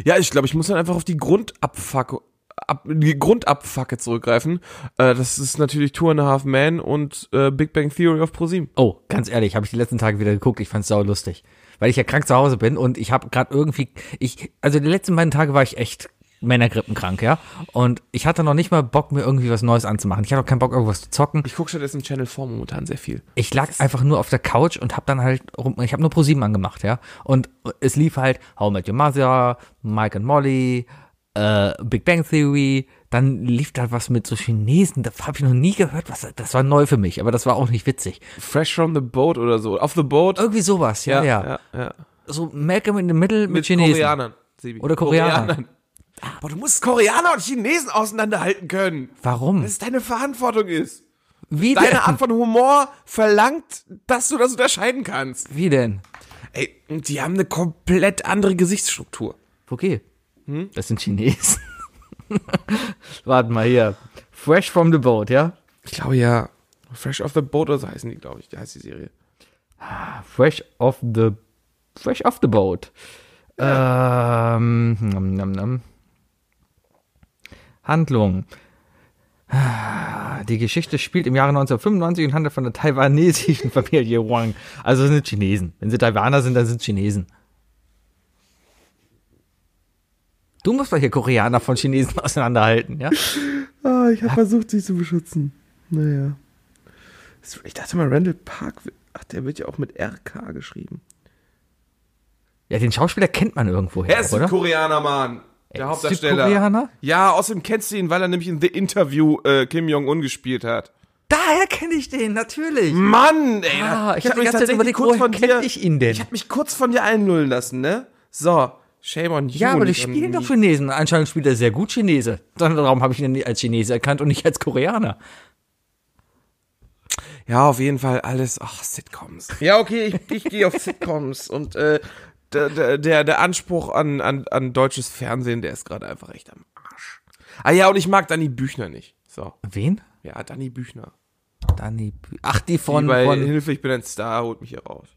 S2: Ja, ich glaube, ich muss dann einfach auf die Grundabfacke, ab, die Grundabfacke zurückgreifen. Äh, das ist natürlich Two and a Half Man und äh, Big Bang Theory of ProSieben.
S1: Oh, ganz ehrlich, habe ich die letzten Tage wieder geguckt. Ich fand's sau lustig. Weil ich ja krank zu Hause bin und ich habe gerade irgendwie. Ich, also die letzten beiden Tage war ich echt Männergrippenkrank, ja. Und ich hatte noch nicht mal Bock, mir irgendwie was Neues anzumachen. Ich hatte auch keinen Bock, irgendwas zu zocken.
S2: Ich gucke stattdessen Channel 4 momentan sehr viel.
S1: ich lag einfach nur auf der Couch und hab dann halt rum, ich habe nur ProSieben angemacht, ja. Und es lief halt How I Met Your Mother, Mike and Molly, äh, Big Bang Theory, dann lief da was mit so Chinesen, das habe ich noch nie gehört, was das war neu für mich, aber das war auch nicht witzig.
S2: Fresh from the Boat oder so. Off the Boat.
S1: Irgendwie sowas, ja, ja.
S2: ja, ja.
S1: So Malcolm in the Middle mit,
S2: Mit
S1: Chinesen.
S2: Koreanern. Sebi.
S1: Oder Koreanern.
S2: Boah, du musst Koreaner und Chinesen auseinanderhalten können.
S1: Warum?
S2: Dass es deine Verantwortung ist.
S1: Wie denn?
S2: Deine Art von Humor verlangt, dass du das unterscheiden kannst.
S1: Wie denn?
S2: Ey, die haben eine komplett andere Gesichtsstruktur.
S1: Okay.
S2: Hm?
S1: Das sind Chinesen. Warte mal hier. Fresh from the boat, ja?
S2: Ich glaube ja, Fresh off the Boat oder so heißen die, glaube ich, die heißt die Serie.
S1: Fresh off the Fresh off the boat. Ähm, nom, nom, nom. Handlung. Ah, Die Geschichte spielt im Jahre 1995 und handelt von der taiwanesischen Familie Wang. Also das sind Chinesen. Wenn sie Taiwaner sind, dann sind Chinesen. Du musst doch hier Koreaner von Chinesen auseinanderhalten, ja?
S2: Ah, ich habe versucht, sie zu beschützen. Naja. Ich dachte mal, Randall Park, ach, der wird ja auch mit RK geschrieben.
S1: Ja, den Schauspieler kennt man irgendwo her,
S2: Er ist
S1: oder?
S2: ein Koreaner, Mann. Der
S1: Ey,
S2: Hauptdarsteller.
S1: Südkoreaner?
S2: Ja, außerdem kennst du ihn, weil er nämlich in The Interview äh, Kim Jong-un gespielt hat.
S1: Daher kenne ich den, natürlich.
S2: Mann, ey.
S1: Ah,
S2: da-
S1: ich hab
S2: hab
S1: die
S2: mich
S1: ganze Zeit
S2: tatsächlich
S1: überlegt,
S2: kurz
S1: woher
S2: von
S1: kenn
S2: dir-
S1: ich ihn denn?
S2: Ich hab mich kurz von dir einlullen lassen, ne? So, shame on you.
S1: Ja, aber die
S2: nicht an
S1: spielen
S2: me.
S1: doch Chinesen. Anscheinend spielt er sehr gut Chinese. Dann- Darum habe ich ihn als Chinese erkannt und nicht als Koreaner.
S2: Ja, auf jeden Fall alles. Ach, Sitcoms. Ja, okay, ich, ich gehe auf Sitcoms und äh, der- der, der, der Anspruch an, an, an deutsches Fernsehen, der ist gerade einfach echt am Arsch. Ah ja, und ich mag Dani Büchner nicht. So,
S1: Wen?
S2: ja, Dani Büchner.
S1: Dani. Bü- Ach, die
S2: Von,
S1: von.
S2: bei
S1: von
S2: Hilfe, ich bin ein Star, holt mich hier raus.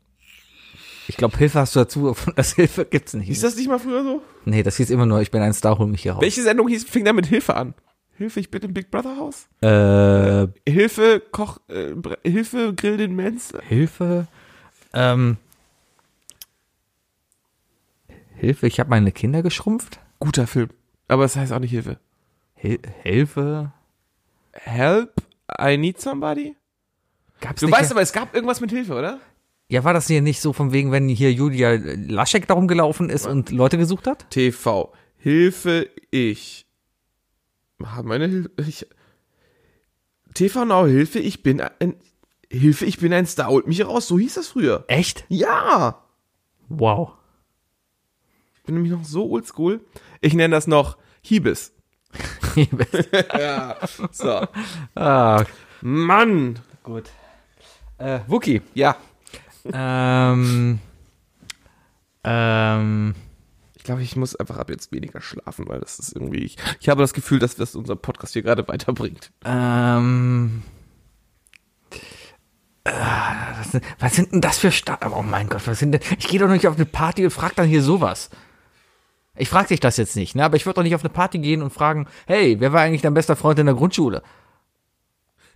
S1: ich glaube, Hilfe hast du dazu. Von das Hilfe gibt's nicht.
S2: Ist das nicht mal früher so?
S1: nee, das hieß immer nur, ich bin ein Star, hol mich hier raus.
S2: Welche Sendung hieß, fing da mit Hilfe an? Hilfe, ich bin im Big Brother Haus?
S1: Äh,
S2: Hilfe, Koch, äh, Bre- Hilfe, grill den Menz.
S1: Hilfe. Ähm. Hilfe, ich habe meine Kinder geschrumpft.
S2: Guter Film. Aber es heißt auch nicht Hilfe.
S1: Hil Hilfe.
S2: Help, I need somebody?
S1: Gab's
S2: Du
S1: nicht
S2: weißt
S1: mehr-
S2: aber, es gab irgendwas mit Hilfe, oder?
S1: Ja, war das hier nicht so von wegen, wenn hier Julia Laschek darum gelaufen ist und Leute gesucht hat?
S2: TV. Hilfe, ich. Hab Meine Hilfe. Ich. TV Now, Hilfe, ich bin ein. Hilfe, ich bin ein Star, holt mich hier raus. So hieß das früher.
S1: Echt?
S2: Ja!
S1: Wow.
S2: Ich bin nämlich noch so oldschool. Ich nenne das noch Hiebes. Ja. So.
S1: ah,
S2: Mann!
S1: Gut. Äh, Wookie.
S2: Ja.
S1: ähm, ähm,
S2: Ich glaube, ich muss einfach ab jetzt weniger schlafen, weil das ist irgendwie. Ich, ich habe das Gefühl, dass das unser Podcast hier gerade weiterbringt.
S1: ähm. Ah, das sind- Was sind denn das für Stadt? Oh mein Gott, was sind denn. Ich gehe doch nicht auf eine Party und frag dann hier sowas. Ich frag dich das jetzt nicht, ne? Aber ich würde doch nicht auf eine Party gehen und fragen, hey, wer war eigentlich dein bester Freund in der Grundschule?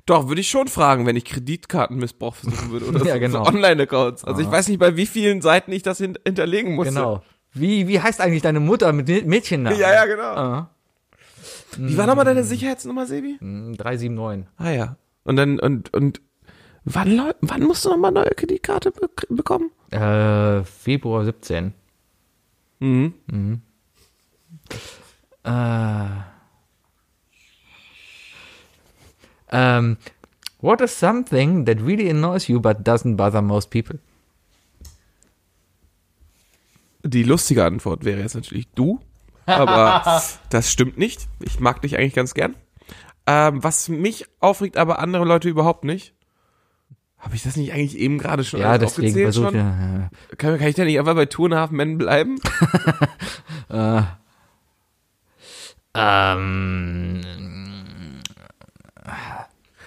S2: Doch, würde ich schon fragen, wenn ich Kreditkartenmissbrauch versuchen würde oder
S1: Ja,
S2: so,
S1: genau.
S2: so Online-Accounts. Also ich weiß nicht, bei wie vielen Seiten ich das hin hinterlegen musste.
S1: Genau. Wie, wie heißt eigentlich deine Mutter mit Mä- Mädchennamen?
S2: Ja, ja, genau.
S1: Ah,
S2: Wie war nochmal deine Sicherheitsnummer, Sebi?
S1: hm, 379.
S2: Ah ja. Und dann, und, und wann, läu- wann musst du nochmal neue Kreditkarte be bekommen?
S1: Äh, Februar 17.
S2: Mhm.
S1: Äh. Ähm, what is something that really annoys you but doesn't bother most people?
S2: Die lustige Antwort wäre jetzt natürlich du, aber das stimmt nicht. Ich mag dich eigentlich ganz gern. Ähm, was mich aufregt, aber andere Leute überhaupt nicht. Habe ich das nicht eigentlich eben gerade schon
S1: Ja,
S2: alles
S1: deswegen
S2: aufgezählt
S1: versuche
S2: schon? Kann, kann ich da nicht einfach bei Two and a Half Men bleiben?
S1: Ähm,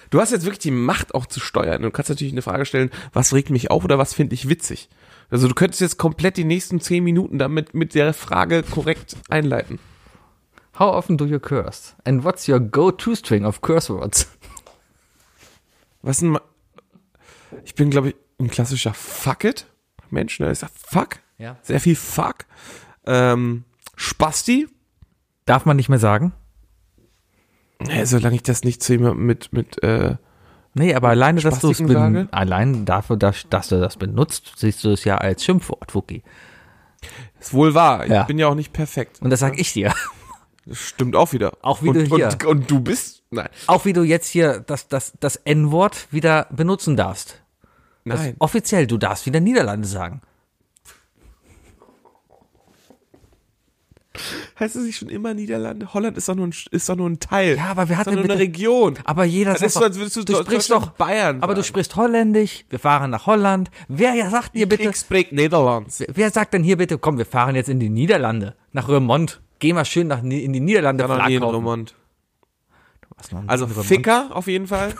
S2: Du hast jetzt wirklich die Macht auch zu steuern. Du kannst natürlich eine Frage stellen, was regt mich auf oder was finde ich witzig? Also du könntest jetzt komplett die nächsten zehn Minuten damit mit der Frage korrekt einleiten.
S1: how often do you curse? And what's your go-to string of curse words?
S2: Was denn? ma- Ich bin, glaube ich, ein klassischer Fuck it. Mensch, ne? Ich sag Fuck.
S1: Ja.
S2: Sehr viel Fuck. Ähm, Spasti.
S1: Darf man nicht mehr sagen?
S2: Naja, solange ich das nicht zu jemandem mit, mit, äh,
S1: Nee, aber alleine, dass du es
S2: Spastiken sage?
S1: ben- allein dafür, dass, dass du das benutzt, siehst du es ja als Schimpfwort, Wookie.
S2: ist wohl wahr. Ich
S1: Ja.
S2: bin ja auch nicht perfekt.
S1: Und das sag ich dir.
S2: Das stimmt auch wieder.
S1: Auch wieder
S2: und, Und,
S1: hier.
S2: und du bist, nein.
S1: Auch wie du jetzt hier das, das, das N-Wort wieder benutzen darfst. Das
S2: Nein.
S1: offiziell, du darfst wieder Niederlande sagen.
S2: heißt es nicht schon immer Niederlande? Holland ist doch nur ein, ist doch nur ein Teil.
S1: Ja, aber wir hatten
S2: ist doch nur
S1: mit-
S2: eine Region.
S1: Aber jeder
S2: Das ist so,
S1: doch-
S2: als würdest du
S1: du
S2: Deu-
S1: sprichst
S2: Deutschland
S1: doch
S2: Bayern
S1: Aber du
S2: sagen.
S1: sprichst Holländisch. Wir fahren nach Holland. Wer ja sagt dir bitte?
S2: Kriegsbreak Niederlands.
S1: Wer sagt denn hier bitte? Komm, wir fahren jetzt in die Niederlande, nach Roermond. Geh mal schön nach, Ni- in die Niederlande.
S2: Dann noch
S1: Flak
S2: nie in
S1: kaufen.
S2: Romont.
S1: Was, noch ein
S2: Also
S1: bisschen
S2: Ficker auf jeden Fall.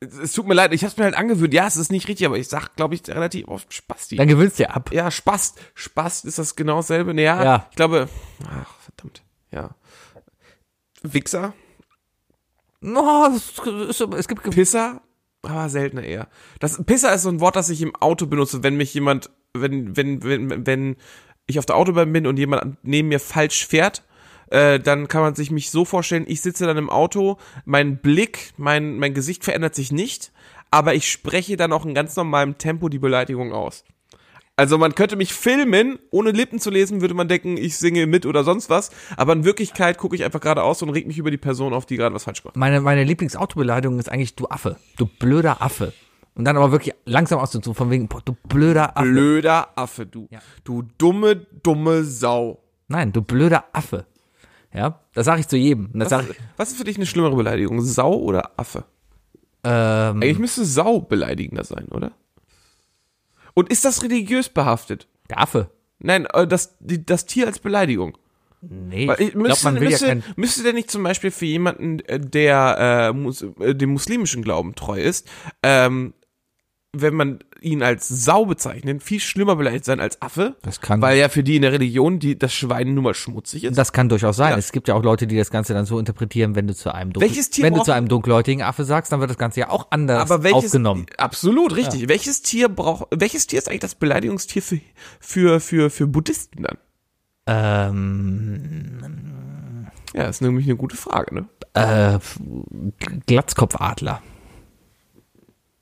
S2: es, es tut mir leid, ich hab's mir halt angewöhnt. Ja, es ist nicht richtig, aber ich sag, glaube ich, relativ oft Spasti.
S1: Dann gewöhnst du dir ab.
S2: ja, Spast. Spast ist das genau dasselbe. Nee, ja,
S1: Ja.
S2: ich glaube. Ach, verdammt. Ja. Wichser,
S1: No, es, ist, es gibt Ge-
S2: Pisser, aber seltener eher. Das Pisser ist so ein Wort, das ich im Auto benutze, wenn mich jemand, wenn, wenn, wenn, wenn ich auf der Autobahn bin und jemand neben mir falsch fährt, äh, dann kann man sich mich so vorstellen, ich sitze dann im Auto, mein Blick, mein, mein Gesicht verändert sich nicht, aber ich spreche dann auch in ganz normalem Tempo die Beleidigung aus. Also man könnte mich filmen, ohne Lippen zu lesen, würde man denken, ich singe mit oder sonst was, aber in Wirklichkeit gucke ich einfach geradeaus und reg mich über die Person auf, die gerade was falsch macht.
S1: meine meine Lieblingsautobeleidigung ist eigentlich du Affe, du blöder Affe. Und dann aber wirklich langsam auszuzuchen, von wegen boah, du blöder Affe.
S2: blöder Affe, du.
S1: Ja.
S2: Du dumme, dumme Sau.
S1: Nein, du blöder Affe. Ja, das sage ich zu jedem. Und das
S2: Was,
S1: sage ich,
S2: was ist für dich eine schlimmere Beleidigung? Sau oder Affe?
S1: ähm,
S2: Eigentlich müsste Sau beleidigender sein, oder? Und ist das religiös behaftet?
S1: der Affe.
S2: Nein, äh, das, die, das Tier als Beleidigung.
S1: Nee,
S2: Weil
S1: ich
S2: ich-
S1: glaube, man will ja
S2: müsste,
S1: kein.
S2: müsste der nicht zum Beispiel für jemanden, äh, der äh, mus, äh, dem muslimischen Glauben treu ist, ähm, wenn man ihn als Sau bezeichnet, viel schlimmer beleidigt sein als Affe?
S1: Das kann-
S2: Weil ja für die in der Religion die, das Schwein nun mal schmutzig ist.
S1: Das kann durchaus sein.
S2: Ja.
S1: Es gibt ja auch Leute, die das Ganze dann so interpretieren, wenn du zu einem dunkel,
S2: Welches Tier
S1: wenn du
S2: braucht-
S1: zu einem dunkelhäutigen Affe sagst, dann wird das Ganze ja auch anders
S2: aber welches,
S1: aufgenommen.
S2: Absolut, richtig. Welches Tier braucht, welches Tier ist eigentlich das Beleidigungstier für, für, für, für Buddhisten dann?
S1: Ähm,
S2: Ja, ist nämlich eine gute Frage, ne?
S1: äh, F- Glatzkopfadler.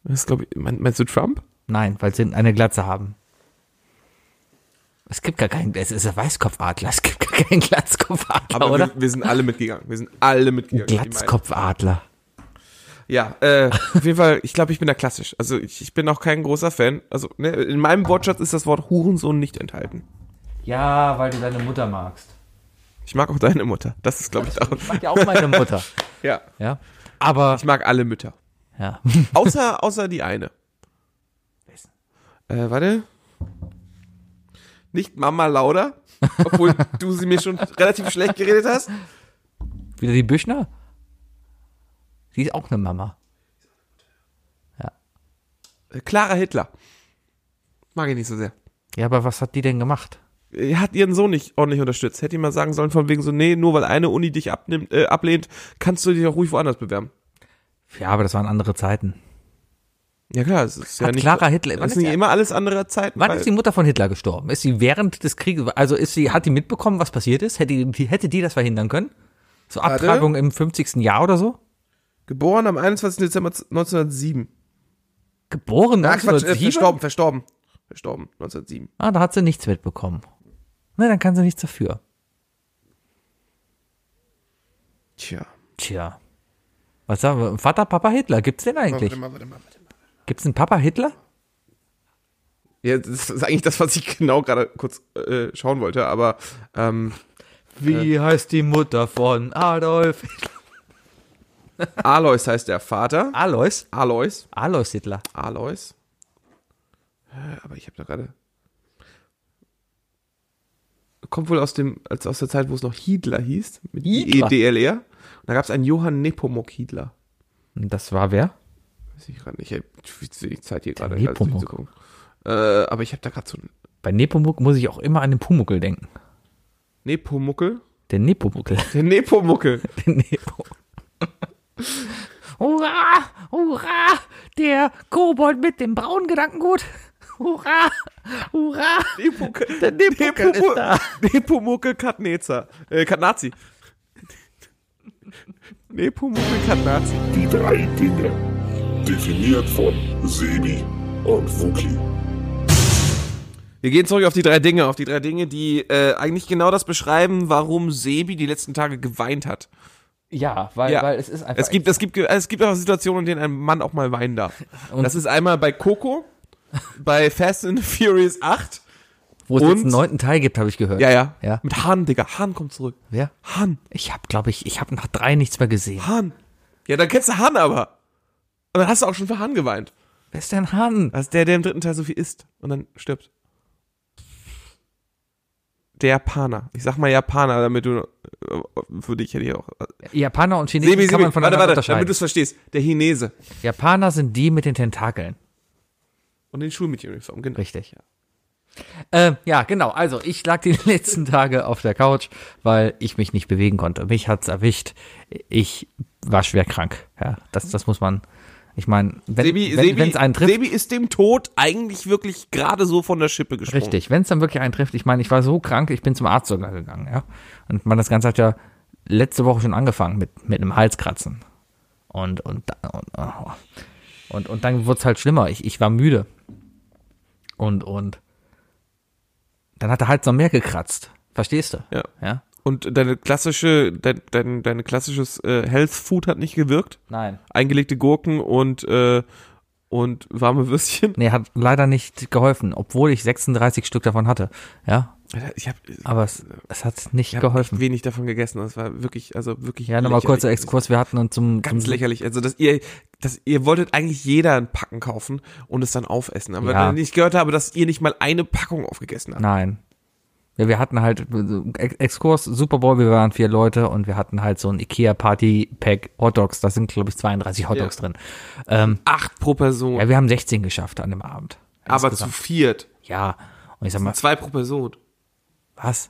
S2: Das ist, glaube ich, mein, meinst du Trump?
S1: Nein, weil sie eine Glatze haben. Es gibt gar keinen, es ist ein Weißkopfadler, es gibt gar keinen Glatzkopfadler,
S2: Aber
S1: oder?
S2: Wir, wir sind alle mitgegangen. Wir sind alle mitgegangen. Ich meine-
S1: Glatzkopfadler.
S2: Ja, äh, auf jeden Fall, ich glaube, ich bin da klassisch. Also ich, ich bin auch kein großer Fan. Also ne, in meinem Wortschatz ist das Wort Hurensohn nicht enthalten.
S1: Ja, weil du deine Mutter magst.
S2: Ich mag auch deine Mutter. Das ist, glaube ich, auch.
S1: Mag ja auch meine Mutter.
S2: Ja.
S1: Ja. Aber,
S2: Ich mag alle Mütter.
S1: ja.
S2: Außer, außer die eine. Äh, warte. Nicht Mama Lauda, obwohl du sie mir schon relativ schlecht geredet hast.
S1: Wieder die Büchner? Die ist auch eine Mama.
S2: Äh, Clara Hitler. Mag ich nicht so sehr.
S1: Ja, aber was hat die denn gemacht?
S2: Äh, Hat ihren Sohn nicht ordentlich unterstützt. Hätte ihm mal sagen sollen, von wegen so, nee, nur weil eine Uni dich abnimmt, äh, ablehnt, kannst du dich auch ruhig woanders bewerben.
S1: Ja, aber das waren andere Zeiten.
S2: Ja klar, es ist ja
S1: Hat
S2: nicht.
S1: Clara Hitler- wann
S2: Das
S1: ist
S2: sind
S1: die-
S2: immer alles andere Zeiten.
S1: Wann
S2: weil-
S1: ist die Mutter von Hitler gestorben? Ist sie während des Krieges, also ist sie, hat die mitbekommen, was passiert ist? Hätte die, hätte die das verhindern können? So
S2: Warte.
S1: Abtreibung im 50. Jahr oder so?
S2: Geboren am 21. Dezember 1907.
S1: Geboren
S2: Ach, Quatsch, äh,
S1: 1907?
S2: verstorben, verstorben. Verstorben, 1907.
S1: ah, da hat sie nichts mitbekommen. Na, dann kann sie nichts dafür.
S2: Tja.
S1: Tja. Was sagen wir? Vater, Papa Hitler, gibt's den eigentlich?
S2: mal, warte mal, warte mal.
S1: Gibt's einen Papa Hitler?
S2: Ja, das ist eigentlich das, was ich genau gerade kurz äh, schauen wollte, aber ähm,
S1: Wie heißt die Mutter von Adolf Hitler?
S2: Alois heißt der Vater.
S1: Alois?
S2: Alois.
S1: Alois Hitler.
S2: Alois. Äh, Aber ich habe da gerade. Kommt wohl aus dem, als aus der Zeit, wo es noch Hiedler hieß, mit E
S1: Hiedler.
S2: EDLR. Und da gab es einen Johann Nepomuk Hiedler.
S1: Und das war wer?
S2: Weiß ich gerade nicht. Ich hab viel zu wenig Zeit hier gerade alles
S1: Nepomuk.
S2: durchzugucken. Äh, aber ich habe da gerade so einen
S1: Bei Nepomuk muss ich auch immer an den Pumuckel denken.
S2: Nepomuckel.
S1: Der Nepomuckel.
S2: Der Nepomuckel.
S1: Der Nepo. hurra! Hurra! Der Kobold mit dem braunen Gedankengut. Hurra! Hurra!
S2: Nepomuckel.
S1: Der Nepomuckel ist da.
S2: Nepomuckel Katneza. Äh, Katnazi. Nepomuckel Katnazi.
S4: Äh, Die drei Dinge. Definiert von Sebi und Wookie.
S2: Wir gehen zurück auf die drei Dinge, auf die drei Dinge, die äh, eigentlich genau das beschreiben, warum Sebi die letzten Tage geweint hat.
S1: Ja, weil,
S2: Ja.
S1: weil es ist einfach.
S2: Es gibt, es gibt, es gibt auch Situationen, in denen ein Mann auch mal weinen darf.
S1: Und-
S2: das ist einmal bei Coco, bei Fast and Furious 8,
S1: Wo es jetzt einen
S2: Und-
S1: neunten Teil gibt, habe ich gehört.
S2: Ja, ja.
S1: Ja.
S2: Mit Hahn, Digga. Hahn kommt zurück.
S1: Wer?
S2: Hahn.
S1: Ich habe, glaube ich, ich habe nach drei nichts mehr gesehen.
S2: Hahn. Ja, dann kennst du Hahn aber. Und dann hast du auch schon für Hahn geweint.
S1: Wer ist denn
S2: Das
S1: Hahn?
S2: ist Also der, der im dritten Teil so viel isst und dann stirbt. Der Japaner. Ich sag mal Japaner, damit du. äh, Für dich hätte ich auch. äh,
S1: Japaner und Chinesen kann man
S2: warte,
S1: voneinander
S2: warte, damit du
S1: unterscheiden.
S2: es verstehst. Der Chinese.
S1: Japaner sind die mit den Tentakeln.
S2: Und den Schulmädchenuniform, genau.
S1: Richtig. Äh, ja, genau. Also, ich lag die letzten Tage auf der Couch, weil ich mich nicht bewegen konnte. Mich hat's erwischt. Ich war schwer krank. Ja, das, das muss man. Ich meine, wenn
S2: Sebi,
S1: wenn-
S2: Sebi,
S1: wenn's einen trifft,
S2: Sebi ist dem Tod eigentlich wirklich gerade so von der Schippe gesprungen.
S1: richtig, wenn es dann wirklich einen trifft, ich meine, ich war so krank, ich bin zum Arzt sogar gegangen, ja. Und man das Ganze hat ja letzte Woche schon angefangen mit, mit einem Halskratzen. Und, und, da- und, oh. und, und dann wurde es halt schlimmer. Ich, ich war müde. Und, und dann hat der Hals noch mehr gekratzt. Verstehst du?
S2: Ja.
S1: ja?
S2: Und deine klassische, dein, dein, deine klassisches äh, Health Food hat nicht gewirkt.
S1: Nein.
S2: Eingelegte Gurken und, äh, und warme Würstchen.
S1: Nee, hat leider nicht geholfen, obwohl ich 36 Stück davon hatte. Ja,
S2: Alter, Ich habe
S1: aber es, es hat nicht
S2: ich hab echt
S1: geholfen.
S2: wenig davon gegessen. Das war wirklich, also wirklich.
S1: Ja, nochmal
S2: lächerlich.
S1: kurzer Exkurs. Wir hatten uns zum,
S2: Ganz
S1: zum
S2: lächerlich. Also, dass ihr, dass ihr wolltet eigentlich jeder ein Packen kaufen und es dann aufessen. Aber
S1: Ja.
S2: wenn ich gehört habe, dass ihr nicht mal eine Packung aufgegessen habt.
S1: Nein. Ja, wir hatten halt so Ex- Exkurs, Super Bowl, wir waren vier Leute und wir hatten halt so ein Ikea-Party-Pack Hot Dogs. Da sind, glaube ich, 32 Hot Dogs
S2: Ja.
S1: drin. Ähm,
S2: Acht pro Person.
S1: ja, wir haben 16 geschafft an dem Abend.
S2: aber zu
S1: Insgesamt.
S2: viert.
S1: Ja. Und ich sag mal,
S2: Zwei pro Person.
S1: was?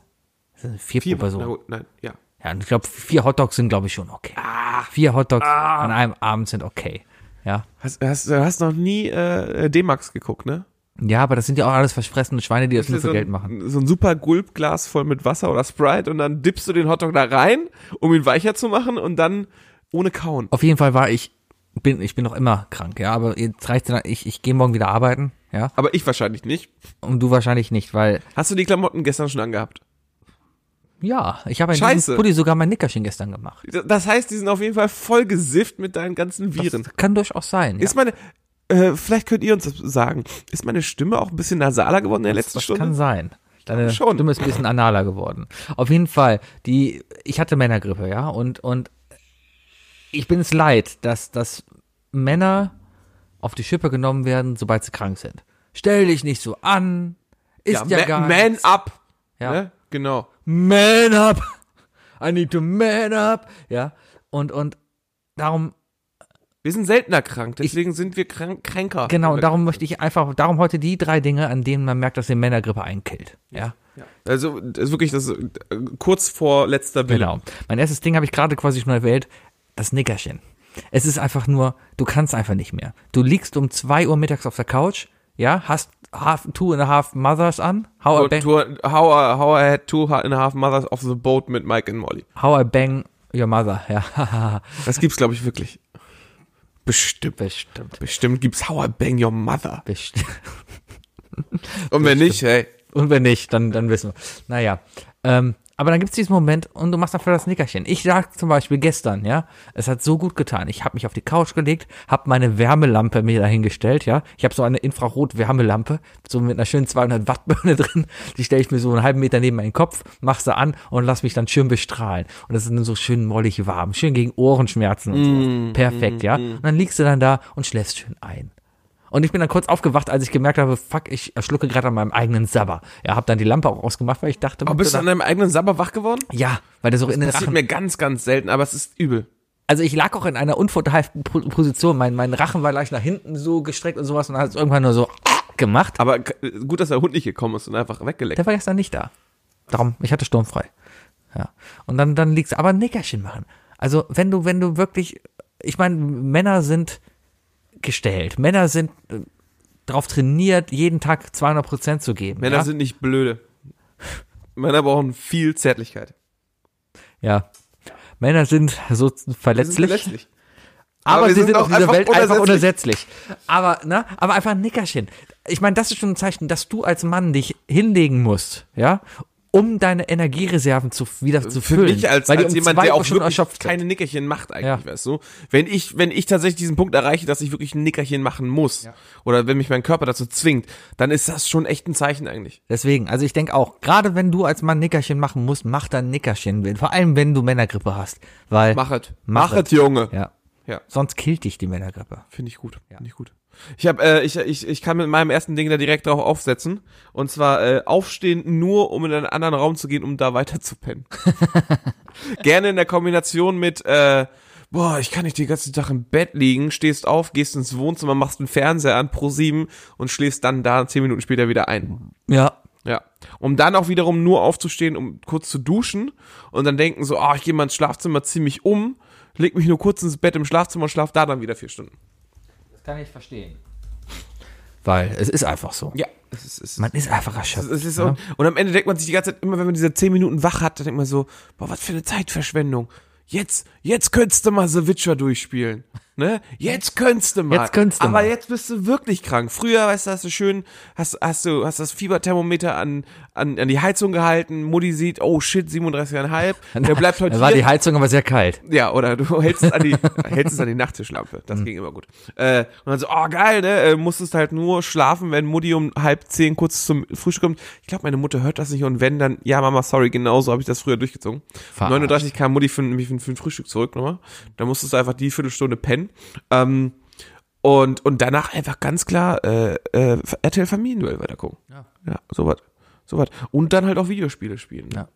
S1: Das sind vier,
S2: Vier
S1: pro Person.
S2: Na gut, nein, ja.
S1: Ja, und ich glaube, vier Hot Dogs sind, glaube ich, schon okay.
S2: Ah.
S1: vier Hot Dogs an einem Abend sind okay. Ja.
S2: Hast, hast, du hast noch nie äh, D-Max geguckt, ne?
S1: Ja, aber das sind ja auch alles verfressene Schweine, die das nur für
S2: so
S1: Geld
S2: ein,
S1: machen.
S2: So ein super Gulpglas voll mit Wasser oder Sprite und dann dippst du den Hotdog da rein, um ihn weicher zu machen und dann ohne Kauen.
S1: Auf jeden Fall war ich, bin, ich bin noch immer krank, ja, aber jetzt reicht's dann, ich, ich gehe morgen wieder arbeiten, ja,
S2: Aber ich wahrscheinlich nicht.
S1: und du wahrscheinlich nicht, weil,
S2: Hast du die Klamotten gestern schon angehabt?
S1: ja, ich habe in
S2: Scheiße.
S1: diesem Pulli sogar mein Nickerchen gestern gemacht.
S2: Das heißt, die sind auf jeden Fall voll gesifft mit deinen ganzen Viren.
S1: Das kann durchaus sein.
S2: Ist meine, äh, vielleicht könnt ihr uns das sagen, ist meine Stimme auch ein bisschen nasaler geworden in der letzten
S1: das
S2: Stunde?
S1: kann sein. Deine
S2: Schon.
S1: Stimme ist ein bisschen analer geworden. Auf jeden Fall, die, ich hatte Männergrippe, ja, und, und ich bin es leid, dass, dass Männer auf die Schippe genommen werden, sobald sie krank sind. Stell dich nicht so an, ist ja,
S2: ma-
S1: gar
S2: man up.
S1: Ja.
S2: Ne? Genau.
S1: man up. I need to man up. Ja, und, und darum,
S2: Wir sind seltener krank, deswegen sind wir krank, kränker. Äh,
S1: genau, und darum möchte ich einfach, darum heute die drei Dinge, an denen man merkt, dass die Männergrippe einkillt. Ja.
S2: Also das ist wirklich das äh, kurz vor letzter Wille.
S1: Genau. Mein erstes Ding habe ich gerade quasi schon erwähnt, das Nickerchen. Es ist einfach nur, du kannst einfach nicht mehr. Du liegst um 2 Uhr mittags auf der Couch, ja, hast half, two and a half mothers an, how I
S2: Und
S1: bang,
S2: two, how, I, how I had two and a half mothers of the boat mit Mike and Molly.
S1: how I bang your mother, ja.
S2: Das gibt's, glaube ich, wirklich. Bestimmt.
S1: Bestimmt.
S2: Bestimmt gibt's How I Bang Your Mother.
S1: Bestimmt.
S2: Und wenn nicht, hey.
S1: Und wenn nicht, dann, dann wissen wir. Naja. Ähm, aber dann gibt es diesen Moment und du machst dafür das Nickerchen. Ich lag zum Beispiel gestern, ja, es hat so gut getan. Ich habe mich auf die Couch gelegt, habe meine Wärmelampe mir dahingestellt, ja. Ich habe so eine Infrarot-Wärmelampe, so mit einer schönen 200 Watt Birne drin. Die stelle ich mir so einen halben Meter neben meinen Kopf, mach sie an und lass mich dann schön bestrahlen. Und das ist dann so schön mollig warm, schön gegen Ohrenschmerzen und so. Perfekt, ja. Und dann liegst du dann da und schläfst schön ein. Und ich bin dann kurz aufgewacht, als ich gemerkt habe, fuck, ich schlucke gerade an meinem eigenen Sabber. Ja, hab dann die Lampe auch ausgemacht, weil ich dachte,
S2: Aber bist du an deinem eigenen Sabber wach geworden?
S1: ja, weil der so in den
S2: Das sieht
S1: Rachen.
S2: mir ganz, ganz selten, aber es ist übel.
S1: Also ich lag auch in einer unvorteilhaften Po- Position. Mein, mein Rachen war leicht nach hinten so gestreckt und sowas und hat es irgendwann nur so gemacht.
S2: Aber k- gut, dass der Hund nicht gekommen ist und einfach weggeleckt.
S1: Der war gestern nicht da. Darum, ich hatte sturmfrei. Ja. Und dann, dann liegt's. Aber ein Nickerchen machen. Also, wenn du, wenn du wirklich, ich meine, Männer sind gestellt. Männer sind äh, drauf trainiert, jeden Tag 200 Prozent zu geben.
S2: Männer
S1: ja?
S2: sind nicht blöde. Männer brauchen viel Zärtlichkeit.
S1: Ja. Männer sind so
S2: Die
S1: verletzlich,
S2: sind verletzlich.
S1: aber, sie sind, auf dieser
S2: einfach
S1: Welt einfach unersetzlich. Aber, ne? Aber einfach ein Nickerchen. Ich meine, das ist schon ein Zeichen, dass du als Mann dich hinlegen musst, ja? um deine Energiereserven zu, wieder zu
S2: Für
S1: füllen.
S2: mich als,
S1: weil die
S2: als
S1: um
S2: jemand,
S1: zwei
S2: der
S1: Uhr
S2: auch
S1: schon
S2: wirklich
S1: erschöpft sind.
S2: keine Nickerchen macht eigentlich,
S1: Ja.
S2: weißt du? Wenn ich, wenn ich tatsächlich diesen Punkt erreiche, dass ich wirklich ein Nickerchen machen muss, oder wenn mich mein Körper dazu zwingt, dann ist das schon echt ein Zeichen eigentlich.
S1: Deswegen, also ich denke auch, gerade wenn du als Mann Nickerchen machen musst, mach dann Nickerchen. Vor allem, wenn du Männergrippe hast. Weil,
S2: Machet.
S1: Machet.
S2: Machet, Junge.
S1: ja,
S2: Ja.
S1: sonst killt dich die Männergrippe.
S2: Finde ich gut. Finde ich gut. Ich habe, äh, ich, ich, ich kann mit meinem ersten Ding da direkt drauf aufsetzen. Und zwar äh, aufstehen nur, um in einen anderen Raum zu gehen, um da weiter zu pennen. Gerne in der Kombination mit, äh, boah, ich kann nicht den ganzen Tag im Bett liegen, stehst auf, gehst ins Wohnzimmer, machst den Fernseher an, pro sieben und schläfst dann da zehn Minuten später wieder ein.
S1: Ja,
S2: Ja. Um dann auch wiederum nur aufzustehen, um kurz zu duschen und dann denken so, ah, ich gehe mal ins Schlafzimmer, zieh mich um, leg mich nur kurz ins Bett im Schlafzimmer und schlaf da dann wieder vier Stunden.
S1: das kann ich verstehen. Weil es ist einfach so.
S2: Ja, es ist, es ist,
S1: Man ist einfach
S2: es
S1: erschöpft.
S2: ist so. Und am Ende denkt man sich die ganze Zeit, immer wenn man diese 10 Minuten wach hat, dann denkt man so, boah, was für eine Zeitverschwendung. Jetzt, jetzt könntest du mal The Witcher durchspielen. Ne? Jetzt könntest du mal.
S1: Jetzt könntest du
S2: Aber
S1: mal.
S2: jetzt bist du wirklich krank. Früher, weißt du, hast du schön, hast, hast du, hast das Fieberthermometer an, an, an die Heizung gehalten. Mutti sieht, oh shit, 37,5. Der bleibt heute
S1: Da war
S2: hier.
S1: die Heizung aber sehr kalt.
S2: Ja, oder du hältst es an die, hältst es an die Nachttischlampe. Das ging immer gut. Äh, und dann so, oh geil, ne? Äh, musstest halt nur schlafen, wenn Mutti um halb zehn kurz zum Frühstück kommt. Ich glaube, meine Mutter hört das nicht und wenn, dann, ja, Mama, sorry, genau so habe ich das früher durchgezogen.
S1: Verarscht.
S2: 39 kam Mutti für, nämlich für, für ein Frühstück zurück nochmal. Da musstest du einfach die Viertelstunde pennen. Ähm, und, und danach einfach ganz klar äh, äh, RTL Familienduell weiter gucken. Ja. Ja, sowas. Sowas. Und dann halt auch Videospiele spielen.
S1: Ja.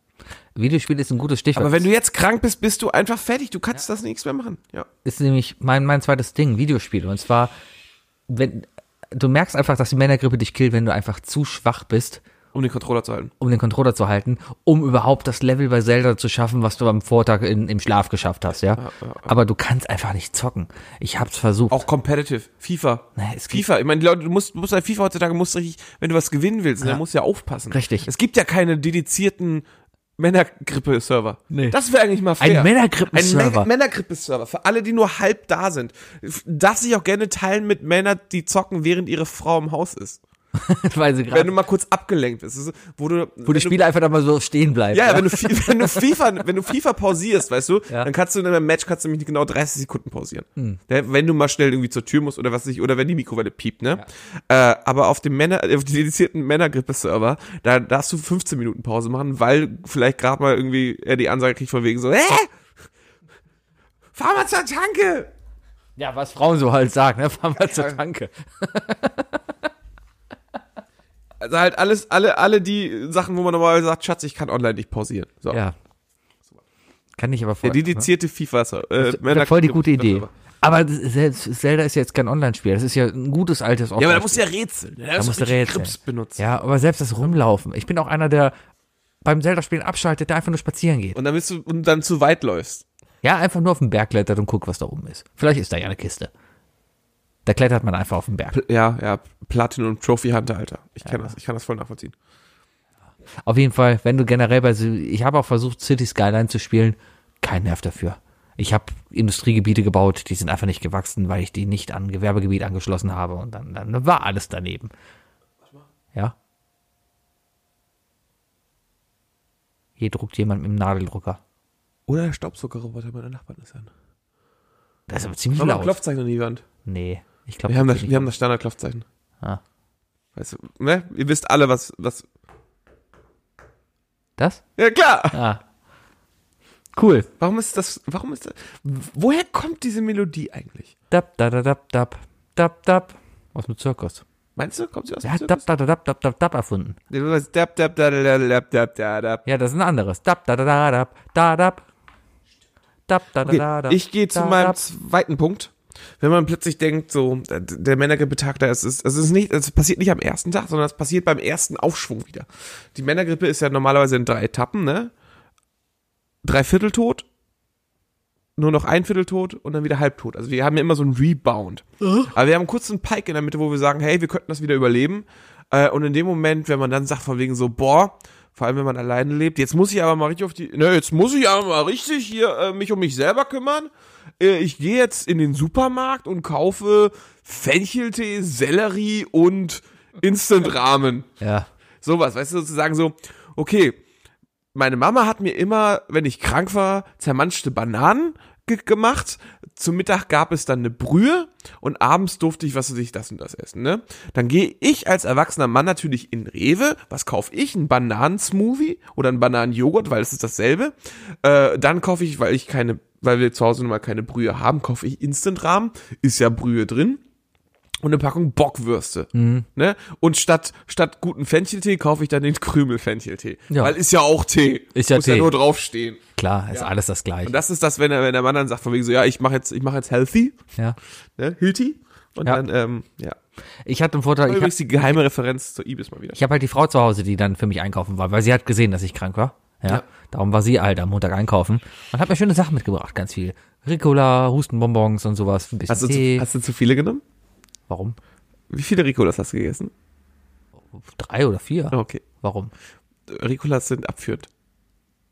S1: Videospiel ist ein gutes Stichwort.
S2: Aber wenn du jetzt krank bist, bist du einfach fertig. Du kannst das nichts mehr machen. Ja.
S1: ist nämlich mein, mein zweites Ding, Videospiele. Und zwar, wenn du merkst einfach, dass die Männergrippe dich killt, wenn du einfach zu schwach bist,
S2: Um den Controller zu halten.
S1: um den Controller zu halten, um überhaupt das Level bei Zelda zu schaffen, was du am Vortag in, im Schlaf geschafft hast, ja? Aber du kannst einfach nicht zocken. Ich hab's versucht.
S2: Auch competitive. FIFA.
S1: Nee, es geht-
S2: FIFA. Ich meine, die Leute, du musst, du musst bei FIFA heutzutage musst du richtig, wenn du was gewinnen willst, dann musst du ja aufpassen.
S1: Richtig.
S2: Es gibt ja keine dedizierten Männergrippe-Server. Nee. Das wäre eigentlich mal fair.
S1: Ein Männergrippen-Server.
S2: Ein Mä- Männergrippe-Server. Für alle, die nur halb da sind. Darf sich auch gerne teilen mit Männern, die zocken, während ihre Frau im Haus ist.
S1: weil sie
S2: Wenn
S1: gerade,
S2: du mal kurz abgelenkt bist. Das ist, Wo du,
S1: wo die Spiele einfach da mal so stehen bleiben.
S2: Ja, wenn du, Fi- wenn du FIFA, wenn du FIFA pausierst, weißt du, dann kannst du in einem Match kannst du nämlich genau 30 Sekunden pausieren.
S1: Hm.
S2: Ja, Wenn du mal schnell irgendwie zur Tür musst oder was nicht, oder wenn die Mikrowelle piept, ne? Äh, aber auf dem Männer, auf dem dedizierten Männergrippe-Server, da darfst du 15 Minuten Pause machen, weil vielleicht gerade mal irgendwie er die Ansage kriegt von wegen so, hä? Fahr mal zur Tanke!
S1: Ja, was Frauen so halt sagen, ne? Fahren wir zur Tanke.
S2: Also halt alles, alle, alle die Sachen, wo man normalerweise sagt, Schatz, ich kann online nicht pausieren. So.
S1: Ja. Kann ich aber
S2: Der
S1: voll. ne?
S2: dedizierte FIFA-Server. Äh,
S1: Ja, voll die gute Idee.
S2: Männergrippe-Server.
S1: Aber selbst Zelda ist ja jetzt kein Online-Spiel. Das ist ja ein gutes altes
S2: Ja, aber da musst du ja rätseln. ne? Da,
S1: Da musst du rätseln.
S2: Krips benutzen.
S1: Ja, aber selbst das Rumlaufen. Ich bin auch einer, der beim Zelda-Spielen abschaltet, der einfach nur spazieren geht.
S2: Und dann bist du und dann zu weit läufst.
S1: Ja, einfach nur auf den Berg klettert und guck, was da oben ist. Vielleicht ist da ja eine Kiste. Da klettert man einfach auf den Berg.
S2: Ja, ja, Platinum Trophy Hunter, Alter. Ich kenne das, ich kann das voll nachvollziehen.
S1: Auf jeden Fall, wenn du generell bei, ich habe auch versucht, City Skyline zu spielen, kein Nerv dafür. Ich habe Industriegebiete gebaut, die sind einfach nicht gewachsen, weil ich die nicht an Gewerbegebiet angeschlossen habe und dann, dann war alles daneben. Ja. Hier druckt jemand mit dem Nadeldrucker.
S2: Oder der Staubsaugerroboter meiner Nachbarn ist an.
S1: Das ist aber ziemlich
S2: Haben wir ein
S1: laut.
S2: Klopfzeichen an die Wand?
S1: Nee, ich glaube,
S2: Wir haben das, wir haben das Standard-Klopfzeichen.
S1: Ah.
S2: Weißt du, ne? Ihr wisst alle, was, was.
S1: das? Ah.
S2: Ja, klar!
S1: Cool.
S2: Warum ist das, warum ist das, woher kommt diese Melodie eigentlich?
S1: Dab, da, da, dab, dab, dab, dab. Aus dem Zirkus.
S2: Meinst du, kommt sie aus
S1: Wer
S2: dem
S1: hat dab,
S2: Zirkus?
S1: da, da, dab, dab, dab, dab erfunden?
S2: Du weißt, dab, dab, da, da, da, da, da, da, da.
S1: Ja, das ist ein anderes. Dab, da, da, da, dab, da, dab. Dab, da, da, da, dab.
S2: Okay, ich gehe zu
S1: da,
S2: meinem
S1: dab.
S2: zweiten Punkt. Wenn man plötzlich denkt, so, d- der Männergrippetag, da ist, es ist nicht, es passiert nicht am ersten Tag, sondern es passiert beim ersten Aufschwung wieder. Die Männergrippe ist ja normalerweise in drei Etappen, ne? Drei Viertel tot, nur noch ein Viertel tot und dann wieder halbtot. Also wir haben ja immer so einen Rebound. Aber wir haben kurz einen Pike in der Mitte, wo wir sagen, hey, wir könnten das wieder überleben. Äh, und in dem Moment, wenn man dann sagt, von wegen so, boah, vor allem wenn man alleine lebt, jetzt muss ich aber mal richtig auf die, ne, jetzt muss ich aber mal richtig hier äh, mich um mich selber kümmern. Äh, ich gehe jetzt in den Supermarkt und kaufe Fencheltee, Sellerie und Instant Ramen
S1: Ja.
S2: sowas, weißt du, sozusagen so, okay, meine Mama hat mir immer, wenn ich krank war, zermanschte Bananen ge gemacht. Zum Mittag gab es dann eine Brühe und abends durfte ich, was weiß ich, das und das essen. Ne? Dann gehe ich als erwachsener Mann natürlich in Rewe. Was kaufe ich? Ein Bananensmoothie oder ein Bananenjoghurt, weil es ist dasselbe. Äh, dann kaufe ich, weil ich keine, weil wir zu Hause nun mal keine Brühe haben, kaufe ich Instant-Rahmen. Ist ja Brühe drin und eine Packung Bockwürste.
S1: Mhm.
S2: Ne? Und statt, statt guten Fencheltee kaufe ich dann den Krümel-Fencheltee.
S1: Ja.
S2: Weil ist ja auch Tee.
S1: Ist ja
S2: Muss
S1: Tee.
S2: ja nur draufstehen.
S1: Klar, ist alles das Gleiche.
S2: Und das ist das, wenn der, wenn der Mann dann sagt, von wegen so, ja, ich mache jetzt, ich mache jetzt healthy,
S1: ja.
S2: ne? Hüti. Und
S1: Ja.
S2: dann, ähm, ja.
S1: Ich hatte den Vorteil, ich, hab-
S2: Übrigens die geheime Referenz zur Ibis mal wieder.
S1: ich habe halt die Frau zu Hause, die dann für mich einkaufen war, weil sie hat gesehen, dass ich krank war. Ja.
S2: Ja.
S1: Darum war sie halt am Montag einkaufen und hat mir schöne Sachen mitgebracht, ganz viel. Ricola, Hustenbonbons und sowas, ein bisschen
S2: Hast du,
S1: Tee.
S2: zu, hast du zu viele genommen?
S1: Warum?
S2: Wie viele Ricolas hast du gegessen? Ah,
S1: Drei oder vier?
S2: Okay.
S1: Warum?
S2: Ricolas sind abführend.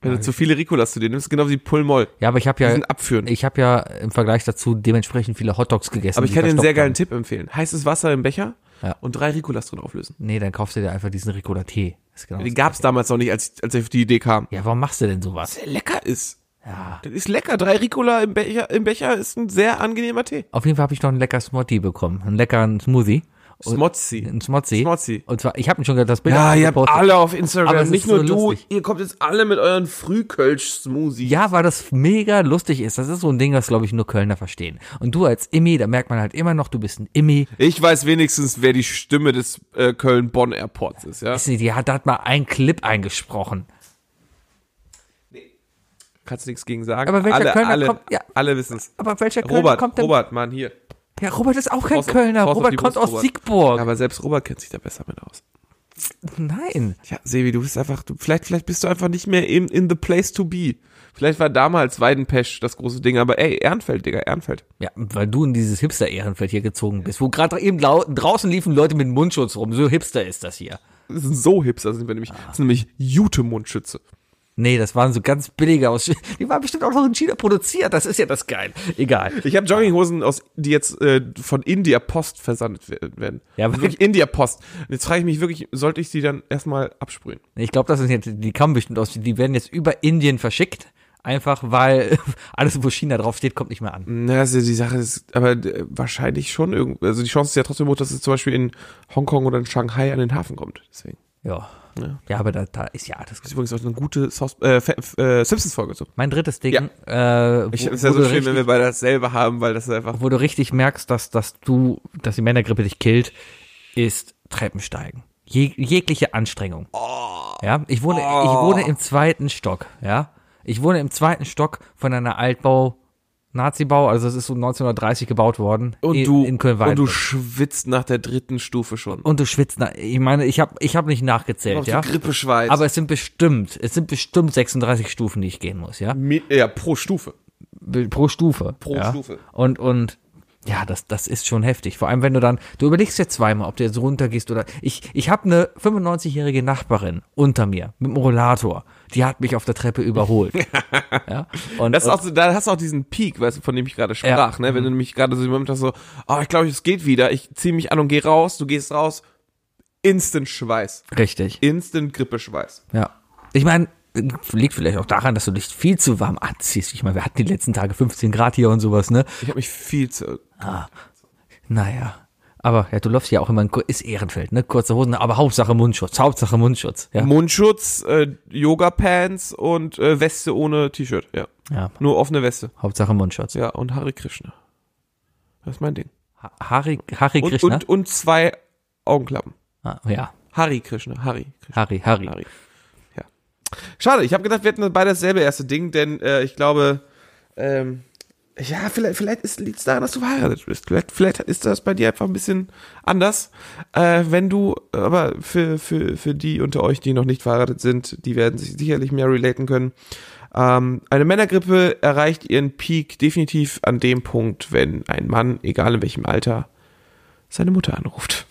S2: Wenn du zu viele Ricolas zu dir nimmst, genau wie Pulmol,
S1: Ja, aber ich habe
S2: die
S1: ja
S2: sind abführend.
S1: Ich habe ja im Vergleich dazu dementsprechend viele Hotdogs gegessen.
S2: Aber ich
S1: die
S2: kann dir einen
S1: verstopft
S2: sehr geilen
S1: waren.
S2: Tipp empfehlen. Heißes Wasser im Becher
S1: Ja.
S2: und drei Ricolas drin auflösen.
S1: Nee, dann kaufst du dir einfach diesen Ricola Tee. Ist genau
S2: Den
S1: das-
S2: gab's damals noch nicht, als ich, als ich auf die Idee kam.
S1: ja, warum machst du denn sowas?
S2: Lecker ist.
S1: Ja.
S2: Das ist lecker. Drei Ricola im Becher, im Becher ist ein sehr angenehmer Tee.
S1: Auf jeden Fall habe ich noch einen leckeren Smoothie bekommen, einen leckeren Smoothie,
S2: Smotzi.
S1: einen Smoothie.
S2: Smotzi.
S1: Und zwar, ich habe schon das Bild
S2: Ja,
S1: auch
S2: ihr habt
S1: gepostet.
S2: alle auf
S1: Aber es
S2: Instagram,
S1: ist
S2: nicht
S1: so
S2: nur du.
S1: lustig.
S2: Ihr kommt jetzt alle mit euren Frühkölsch-Smoothie.
S1: Ja, weil das mega lustig ist. Das ist so ein Ding, was glaube ich nur Kölner verstehen. Und du als Immi, da merkt man halt immer noch, du bist ein Immi.
S2: Ich weiß wenigstens, wer die Stimme des äh, Köln-Bonn Airports ist, ja?
S1: Weißt du, Die hat, da hat mal einen Clip eingesprochen.
S2: Kannst nichts gegen sagen.
S1: Aber welcher
S2: alle,
S1: Kölner
S2: alle,
S1: kommt- ja.
S2: alle wissen's.
S1: Aber welcher Kölner
S2: Robert,
S1: kommt denn?
S2: Robert, Mann, hier.
S1: Ja, Robert ist auch kein
S2: Faust auf-
S1: Kölner.
S2: Faust auf
S1: Robert
S2: die
S1: kommt
S2: Brust,
S1: aus
S2: Robert.
S1: Siegburg.
S2: Aber selbst Robert kennt sich da besser mit aus.
S1: Nein.
S2: Ja, Sebi, du bist einfach, du, vielleicht, vielleicht bist du einfach nicht mehr in, in the place to be. Vielleicht war damals Weidenpesch das große Ding, aber ey, Ehrenfeld, Digga, Ehrenfeld.
S1: Ja, weil du in dieses Hipster-Ehrenfeld hier gezogen bist, wo gerade eben lau- draußen liefen Leute mit Mundschutz rum. So hipster ist das hier.
S2: Das sind so hipster, sind wir nämlich, das sind nämlich Jute-Mundschütze.
S1: Nee, das waren so ganz billige aus. Ch- Die waren bestimmt auch noch in China produziert. Das ist ja das geil. Egal.
S2: Ich habe Jogginghosen aus, die jetzt äh, von India Post versandet we- werden.
S1: Ja, aber-
S2: wirklich India Post. Und jetzt frage ich mich wirklich, sollte ich die dann erstmal absprühen?
S1: Ich glaube, das sind jetzt, die kamen bestimmt aus. Die werden jetzt über Indien verschickt. Einfach weil alles, wo China draufsteht, kommt nicht mehr an.
S2: Na, also die Sache ist, aber äh, wahrscheinlich schon irgendwie, also die Chance ist ja trotzdem hoch, dass es zum Beispiel in Hongkong oder in Shanghai an den Hafen kommt. Deswegen.
S1: Ja.
S2: Ja.
S1: Ja, aber da, da ist ja alles.
S2: Das ist übrigens auch eine gute Saus äh, Fe- äh, Simpsons-Folge zu.
S1: Mein drittes Ding, äh, wo,
S2: Ich, ist ja
S1: wo
S2: so
S1: du
S2: schön,
S1: richtig-
S2: wenn wir beide dasselbe haben, weil das ist einfach.
S1: wo du richtig merkst, dass, dass du, dass die Männergrippe dich killt, ist Treppensteigen. Jeg jegliche Anstrengung.
S2: Oh.
S1: Ja, ich wohne, ich wohne im zweiten Stock, ja. Ich wohne im zweiten Stock von einer Altbau, Nazi-Bau, also es ist so 1930 gebaut worden. in, in köln
S2: und
S1: und
S2: du schwitzt nach der dritten Stufe schon.
S1: und du schwitzt, nach, ich meine, ich habe ich hab nicht nachgezählt,
S2: Noch
S1: ja.
S2: die Grippe schweißt.
S1: Aber es sind bestimmt, es sind bestimmt 36 Stufen, die ich gehen muss, ja.
S2: Mi- ja, pro Stufe.
S1: Be- pro Stufe.
S2: Pro
S1: ja.
S2: Stufe.
S1: Und, und ja, das, das ist schon heftig. Vor allem, wenn du dann, du überlegst ja zweimal, ob du jetzt runtergehst oder. Ich, ich habe eine 95-jährige Nachbarin unter mir mit dem Rollator. Die hat mich auf der Treppe überholt. ja. Mhm. Und
S2: Das ist
S1: und-
S2: auch so, da hast du auch diesen Peak, weißt du, von dem ich gerade sprach, ne? Wenn du nämlich gerade so im Moment hast, so, ah, ich glaube, es geht wieder, ich ziehe mich an und gehe raus, du gehst raus, instant Schweiß,
S1: richtig.
S2: instant Grippeschweiß.
S1: Ja. Ich meine, liegt vielleicht auch daran, dass du dich viel zu warm anziehst. Ich meine, wir hatten die letzten Tage 15 Grad hier und sowas, ne?
S2: Ich habe mich viel zu,
S1: Naja. Aber ja, du läufst ja auch immer in, Kur- ist Ehrenfeld, ne? Kurze Hosen, aber Hauptsache Mundschutz. Hauptsache Mundschutz. Ja.
S2: Mundschutz, äh, Yoga-Pants und äh, Weste ohne T-Shirt, ja.
S1: ja.
S2: Nur offene Weste,
S1: Hauptsache Mundschutz.
S2: ja, und Hare Krishna. Das ist mein Ding.
S1: Ha- Hari, Hari
S2: Und,
S1: Krishna?
S2: und, und zwei Augenklappen.
S1: ah, ja,
S2: Hari Krishna, Hari.
S1: Hari, Hari.
S2: Ari. Ja. Schade, ich habe gedacht, wir hätten beide dasselbe erste Ding, denn äh, ich glaube, ähm, ja, vielleicht, vielleicht liegt es daran, dass du verheiratet bist. Vielleicht, vielleicht ist das bei dir einfach ein bisschen anders. Äh, wenn du, aber für, für, für die unter euch, die noch nicht verheiratet sind, die werden sich sicherlich mehr relaten können. Ähm, eine Männergrippe erreicht ihren Peak definitiv an dem Punkt, wenn ein Mann, egal in welchem Alter, seine Mutter anruft.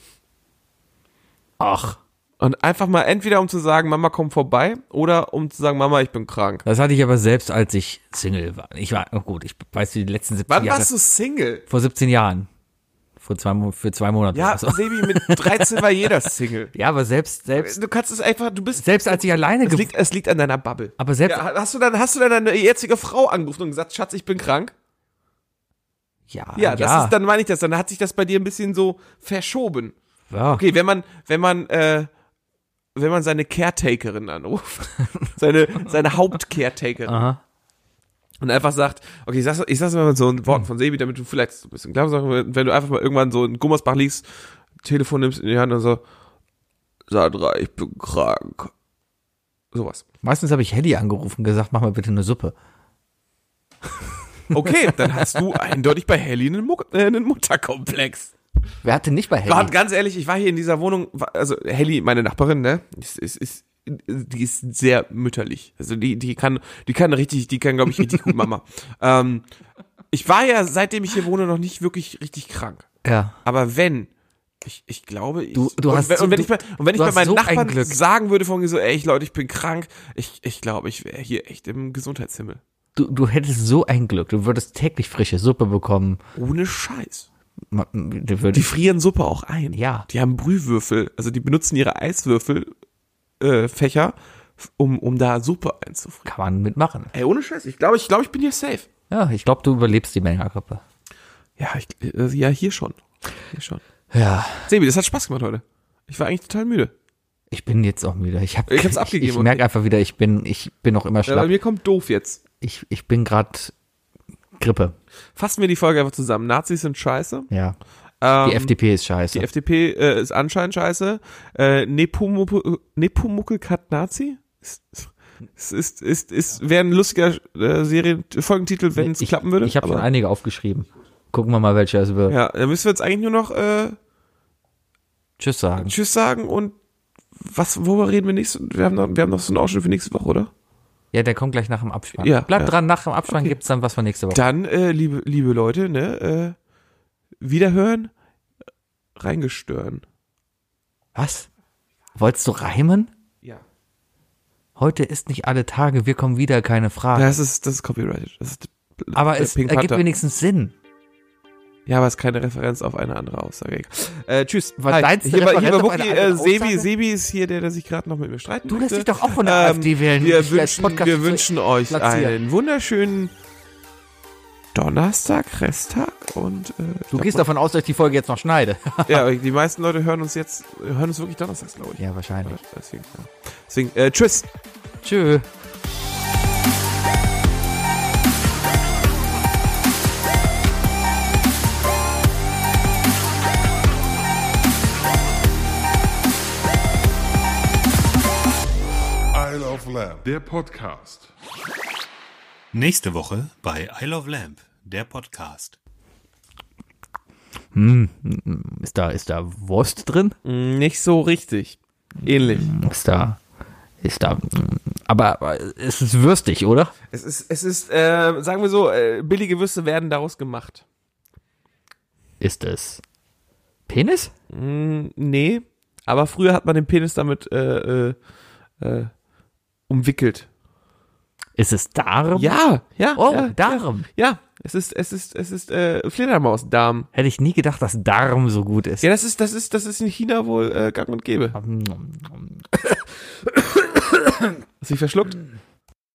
S1: Ach,
S2: Und einfach mal entweder um zu sagen, Mama, komm vorbei, oder um zu sagen, Mama, ich bin krank.
S1: das hatte ich aber selbst, als ich Single war. Ich war, oh gut, ich weiß, wie die letzten 17
S2: Wann
S1: Jahre.
S2: warst du Single?
S1: Vor 17 Jahren. Für zwei, Mo- für zwei Monate.
S2: Ja,
S1: oder so.
S2: Sebi, mit 13 war jeder Single.
S1: ja aber selbst, selbst,
S2: Du kannst es einfach, du bist,
S1: selbst als ich alleine
S2: es
S1: ge
S2: liegt, es liegt an deiner Bubble.
S1: aber selbst,
S2: Ja, hast du dann, hast du dann deine jetzige Frau angerufen und gesagt, Schatz, ich bin krank?
S1: ja,
S2: Ah, Ja, das ist, dann meine ich das, dann hat sich das bei dir ein bisschen so verschoben.
S1: ja.
S2: Okay, wenn man, wenn man, äh, wenn man seine Caretakerin anruft, seine, seine Haupt-Caretakerin
S1: Aha.
S2: und einfach sagt, okay, ich sag's, ich sag's mal mit so ein Wort von Sebi, damit du vielleicht so ein bisschen klar sagst, wenn du einfach mal irgendwann so in Gummersbach liegst, Telefon nimmst in die Hand und so, Sandra, ich bin krank. Sowas.
S1: Meistens habe ich Helly angerufen, gesagt, mach mal bitte eine Suppe.
S2: Okay, dann hast du eindeutig bei Helly einen, Muck- äh, einen Mutterkomplex.
S1: Wer hatte nicht bei Helly?
S2: War, ganz ehrlich, ich war hier in dieser Wohnung, war- also Helly, meine Nachbarin, ne? Ist, ist, ist, die ist sehr mütterlich. Also die, die kann, die kann richtig, die kann, glaube ich, richtig gut Mama. Ähm, ich war ja, seitdem ich hier wohne, noch nicht wirklich richtig krank.
S1: Ja.
S2: Aber wenn, ich, ich glaube, ich,
S1: Du- du
S2: und,
S1: hast
S2: wenn-
S1: so-
S2: und wenn
S1: du-
S2: ich, bei- und wenn ich
S1: du
S2: bei
S1: hast
S2: meinen
S1: so ein
S2: Nachbarn
S1: Glück.
S2: sagen würde von mir so, ey, ich, Leute, ich bin krank, ich, ich glaube, ich wäre hier echt im Gesundheitshimmel.
S1: Du, du hättest so ein Glück. Du würdest täglich frische Suppe bekommen.
S2: Ohne Scheiß.
S1: Ma- Du
S2: Die
S1: würdest,
S2: frieren Suppe auch ein.
S1: Ja.
S2: Die haben Brühwürfel, also die benutzen ihre Eiswürfelfächer, äh, Fächer, f- um, um da Suppe einzufrieren.
S1: kann man mitmachen.
S2: Ey, ohne Scheiß, ich glaube, ich glaube, ich bin hier safe.
S1: Ja, ich glaube, du überlebst die Mengenagrippe.
S2: Ja, ich, äh, ja, hier schon. Hier schon.
S1: Ja,
S2: Sebi, das hat Spaß gemacht heute. Ich war eigentlich total müde.
S1: ich bin jetzt auch müde. Ich, hab,
S2: Ich hab's
S1: Ich,
S2: abgegeben,
S1: ich merke einfach wieder, ich bin, ich bin noch immer
S2: Ja, bei
S1: schlapp.
S2: mir kommt doof jetzt.
S1: Ich, ich bin gerade Grippe.
S2: Fassen wir die Folge einfach zusammen. Nazis sind scheiße.
S1: Ja.
S2: Ähm,
S1: Die FDP ist scheiße.
S2: Die FDP äh, ist anscheinend scheiße. Äh, Nepomuk- Nepomuckel Kat Nazi? Ist, ist, ist, ist, ist wäre ein lustiger äh, Serien Folgentitel, wenn es
S1: ich,
S2: klappen würde.
S1: Ich habe schon
S2: aber-
S1: einige aufgeschrieben. Gucken wir mal, welcher es wird.
S2: Ja, dann müssen wir jetzt eigentlich nur noch äh,
S1: Tschüss sagen.
S2: Tschüss sagen und was, worüber reden wir nächste? Wir haben noch, wir haben noch so einen Ausschnitt für nächste Woche, oder?
S1: Ja, der kommt gleich nach dem Abspann.
S2: Ja,
S1: Bleibt
S2: ja.
S1: dran, nach dem Abspann gibt's dann was von nächste Woche.
S2: Dann, äh, liebe, liebe Leute, ne, äh, wiederhören, reingestören.
S1: was? Wolltest du reimen?
S2: Ja.
S1: Heute ist nicht alle Tage, wir kommen wieder, keine Frage.
S2: Das ist, das ist copyrighted. Das ist
S1: Aber
S2: äh,
S1: es
S2: Pink
S1: ergibt
S2: Panther.
S1: wenigstens Sinn.
S2: Ja, aber es ist keine Referenz auf eine andere Aussage. Äh, tschüss.
S1: Was
S2: Hi.
S1: meinst du,
S2: Hier war,
S1: Referenz
S2: hier war
S1: auf
S2: Wookie,
S1: eine
S2: äh,
S1: andere
S2: Sebi,
S1: Aussage?
S2: Sebi ist hier der, der sich gerade noch mit mir streiten
S1: Du lässt
S2: möchte.
S1: dich doch auch von der AfD wählen.
S2: Ähm, Wir
S1: Ich wär
S2: wünschen,
S1: Podcast
S2: wir
S1: zu-
S2: wünschen euch
S1: platzieren.
S2: einen wunderschönen Donnerstag, Resttag und äh, ich
S1: Du
S2: glaub,
S1: gehst davon aus, dass ich die Folge jetzt noch schneide.
S2: ja, die meisten Leute hören uns jetzt, hören uns wirklich donnerstags, glaube ich.
S1: ja, wahrscheinlich.
S2: Deswegen, ja. Deswegen äh, tschüss.
S1: Tschö.
S3: Isle of Lamb, der Podcast.
S5: Nächste Woche bei I Love Lamp, der Podcast.
S2: Hm.
S1: Ist da, ist da Wurst drin?
S2: Nicht so richtig. Ähnlich.
S1: Ist da, ist da, aber, aber es ist würstig, oder?
S2: Es ist, es ist, äh, sagen wir so, äh, billige Würste werden daraus gemacht.
S1: Ist es Penis?
S2: Nee, aber früher hat man den Penis damit äh, äh, äh, umwickelt.
S1: Ist es Darm?
S2: Ja, ja,
S1: Oh,
S2: ja,
S1: Darm.
S2: ja. Es ist, es ist, es ist äh, Fledermausdarm.
S1: Hätte ich nie gedacht, dass Darm so gut ist.
S2: Ja, das ist, das ist, das ist in China wohl äh, gang und gäbe. Hast du dich verschluckt?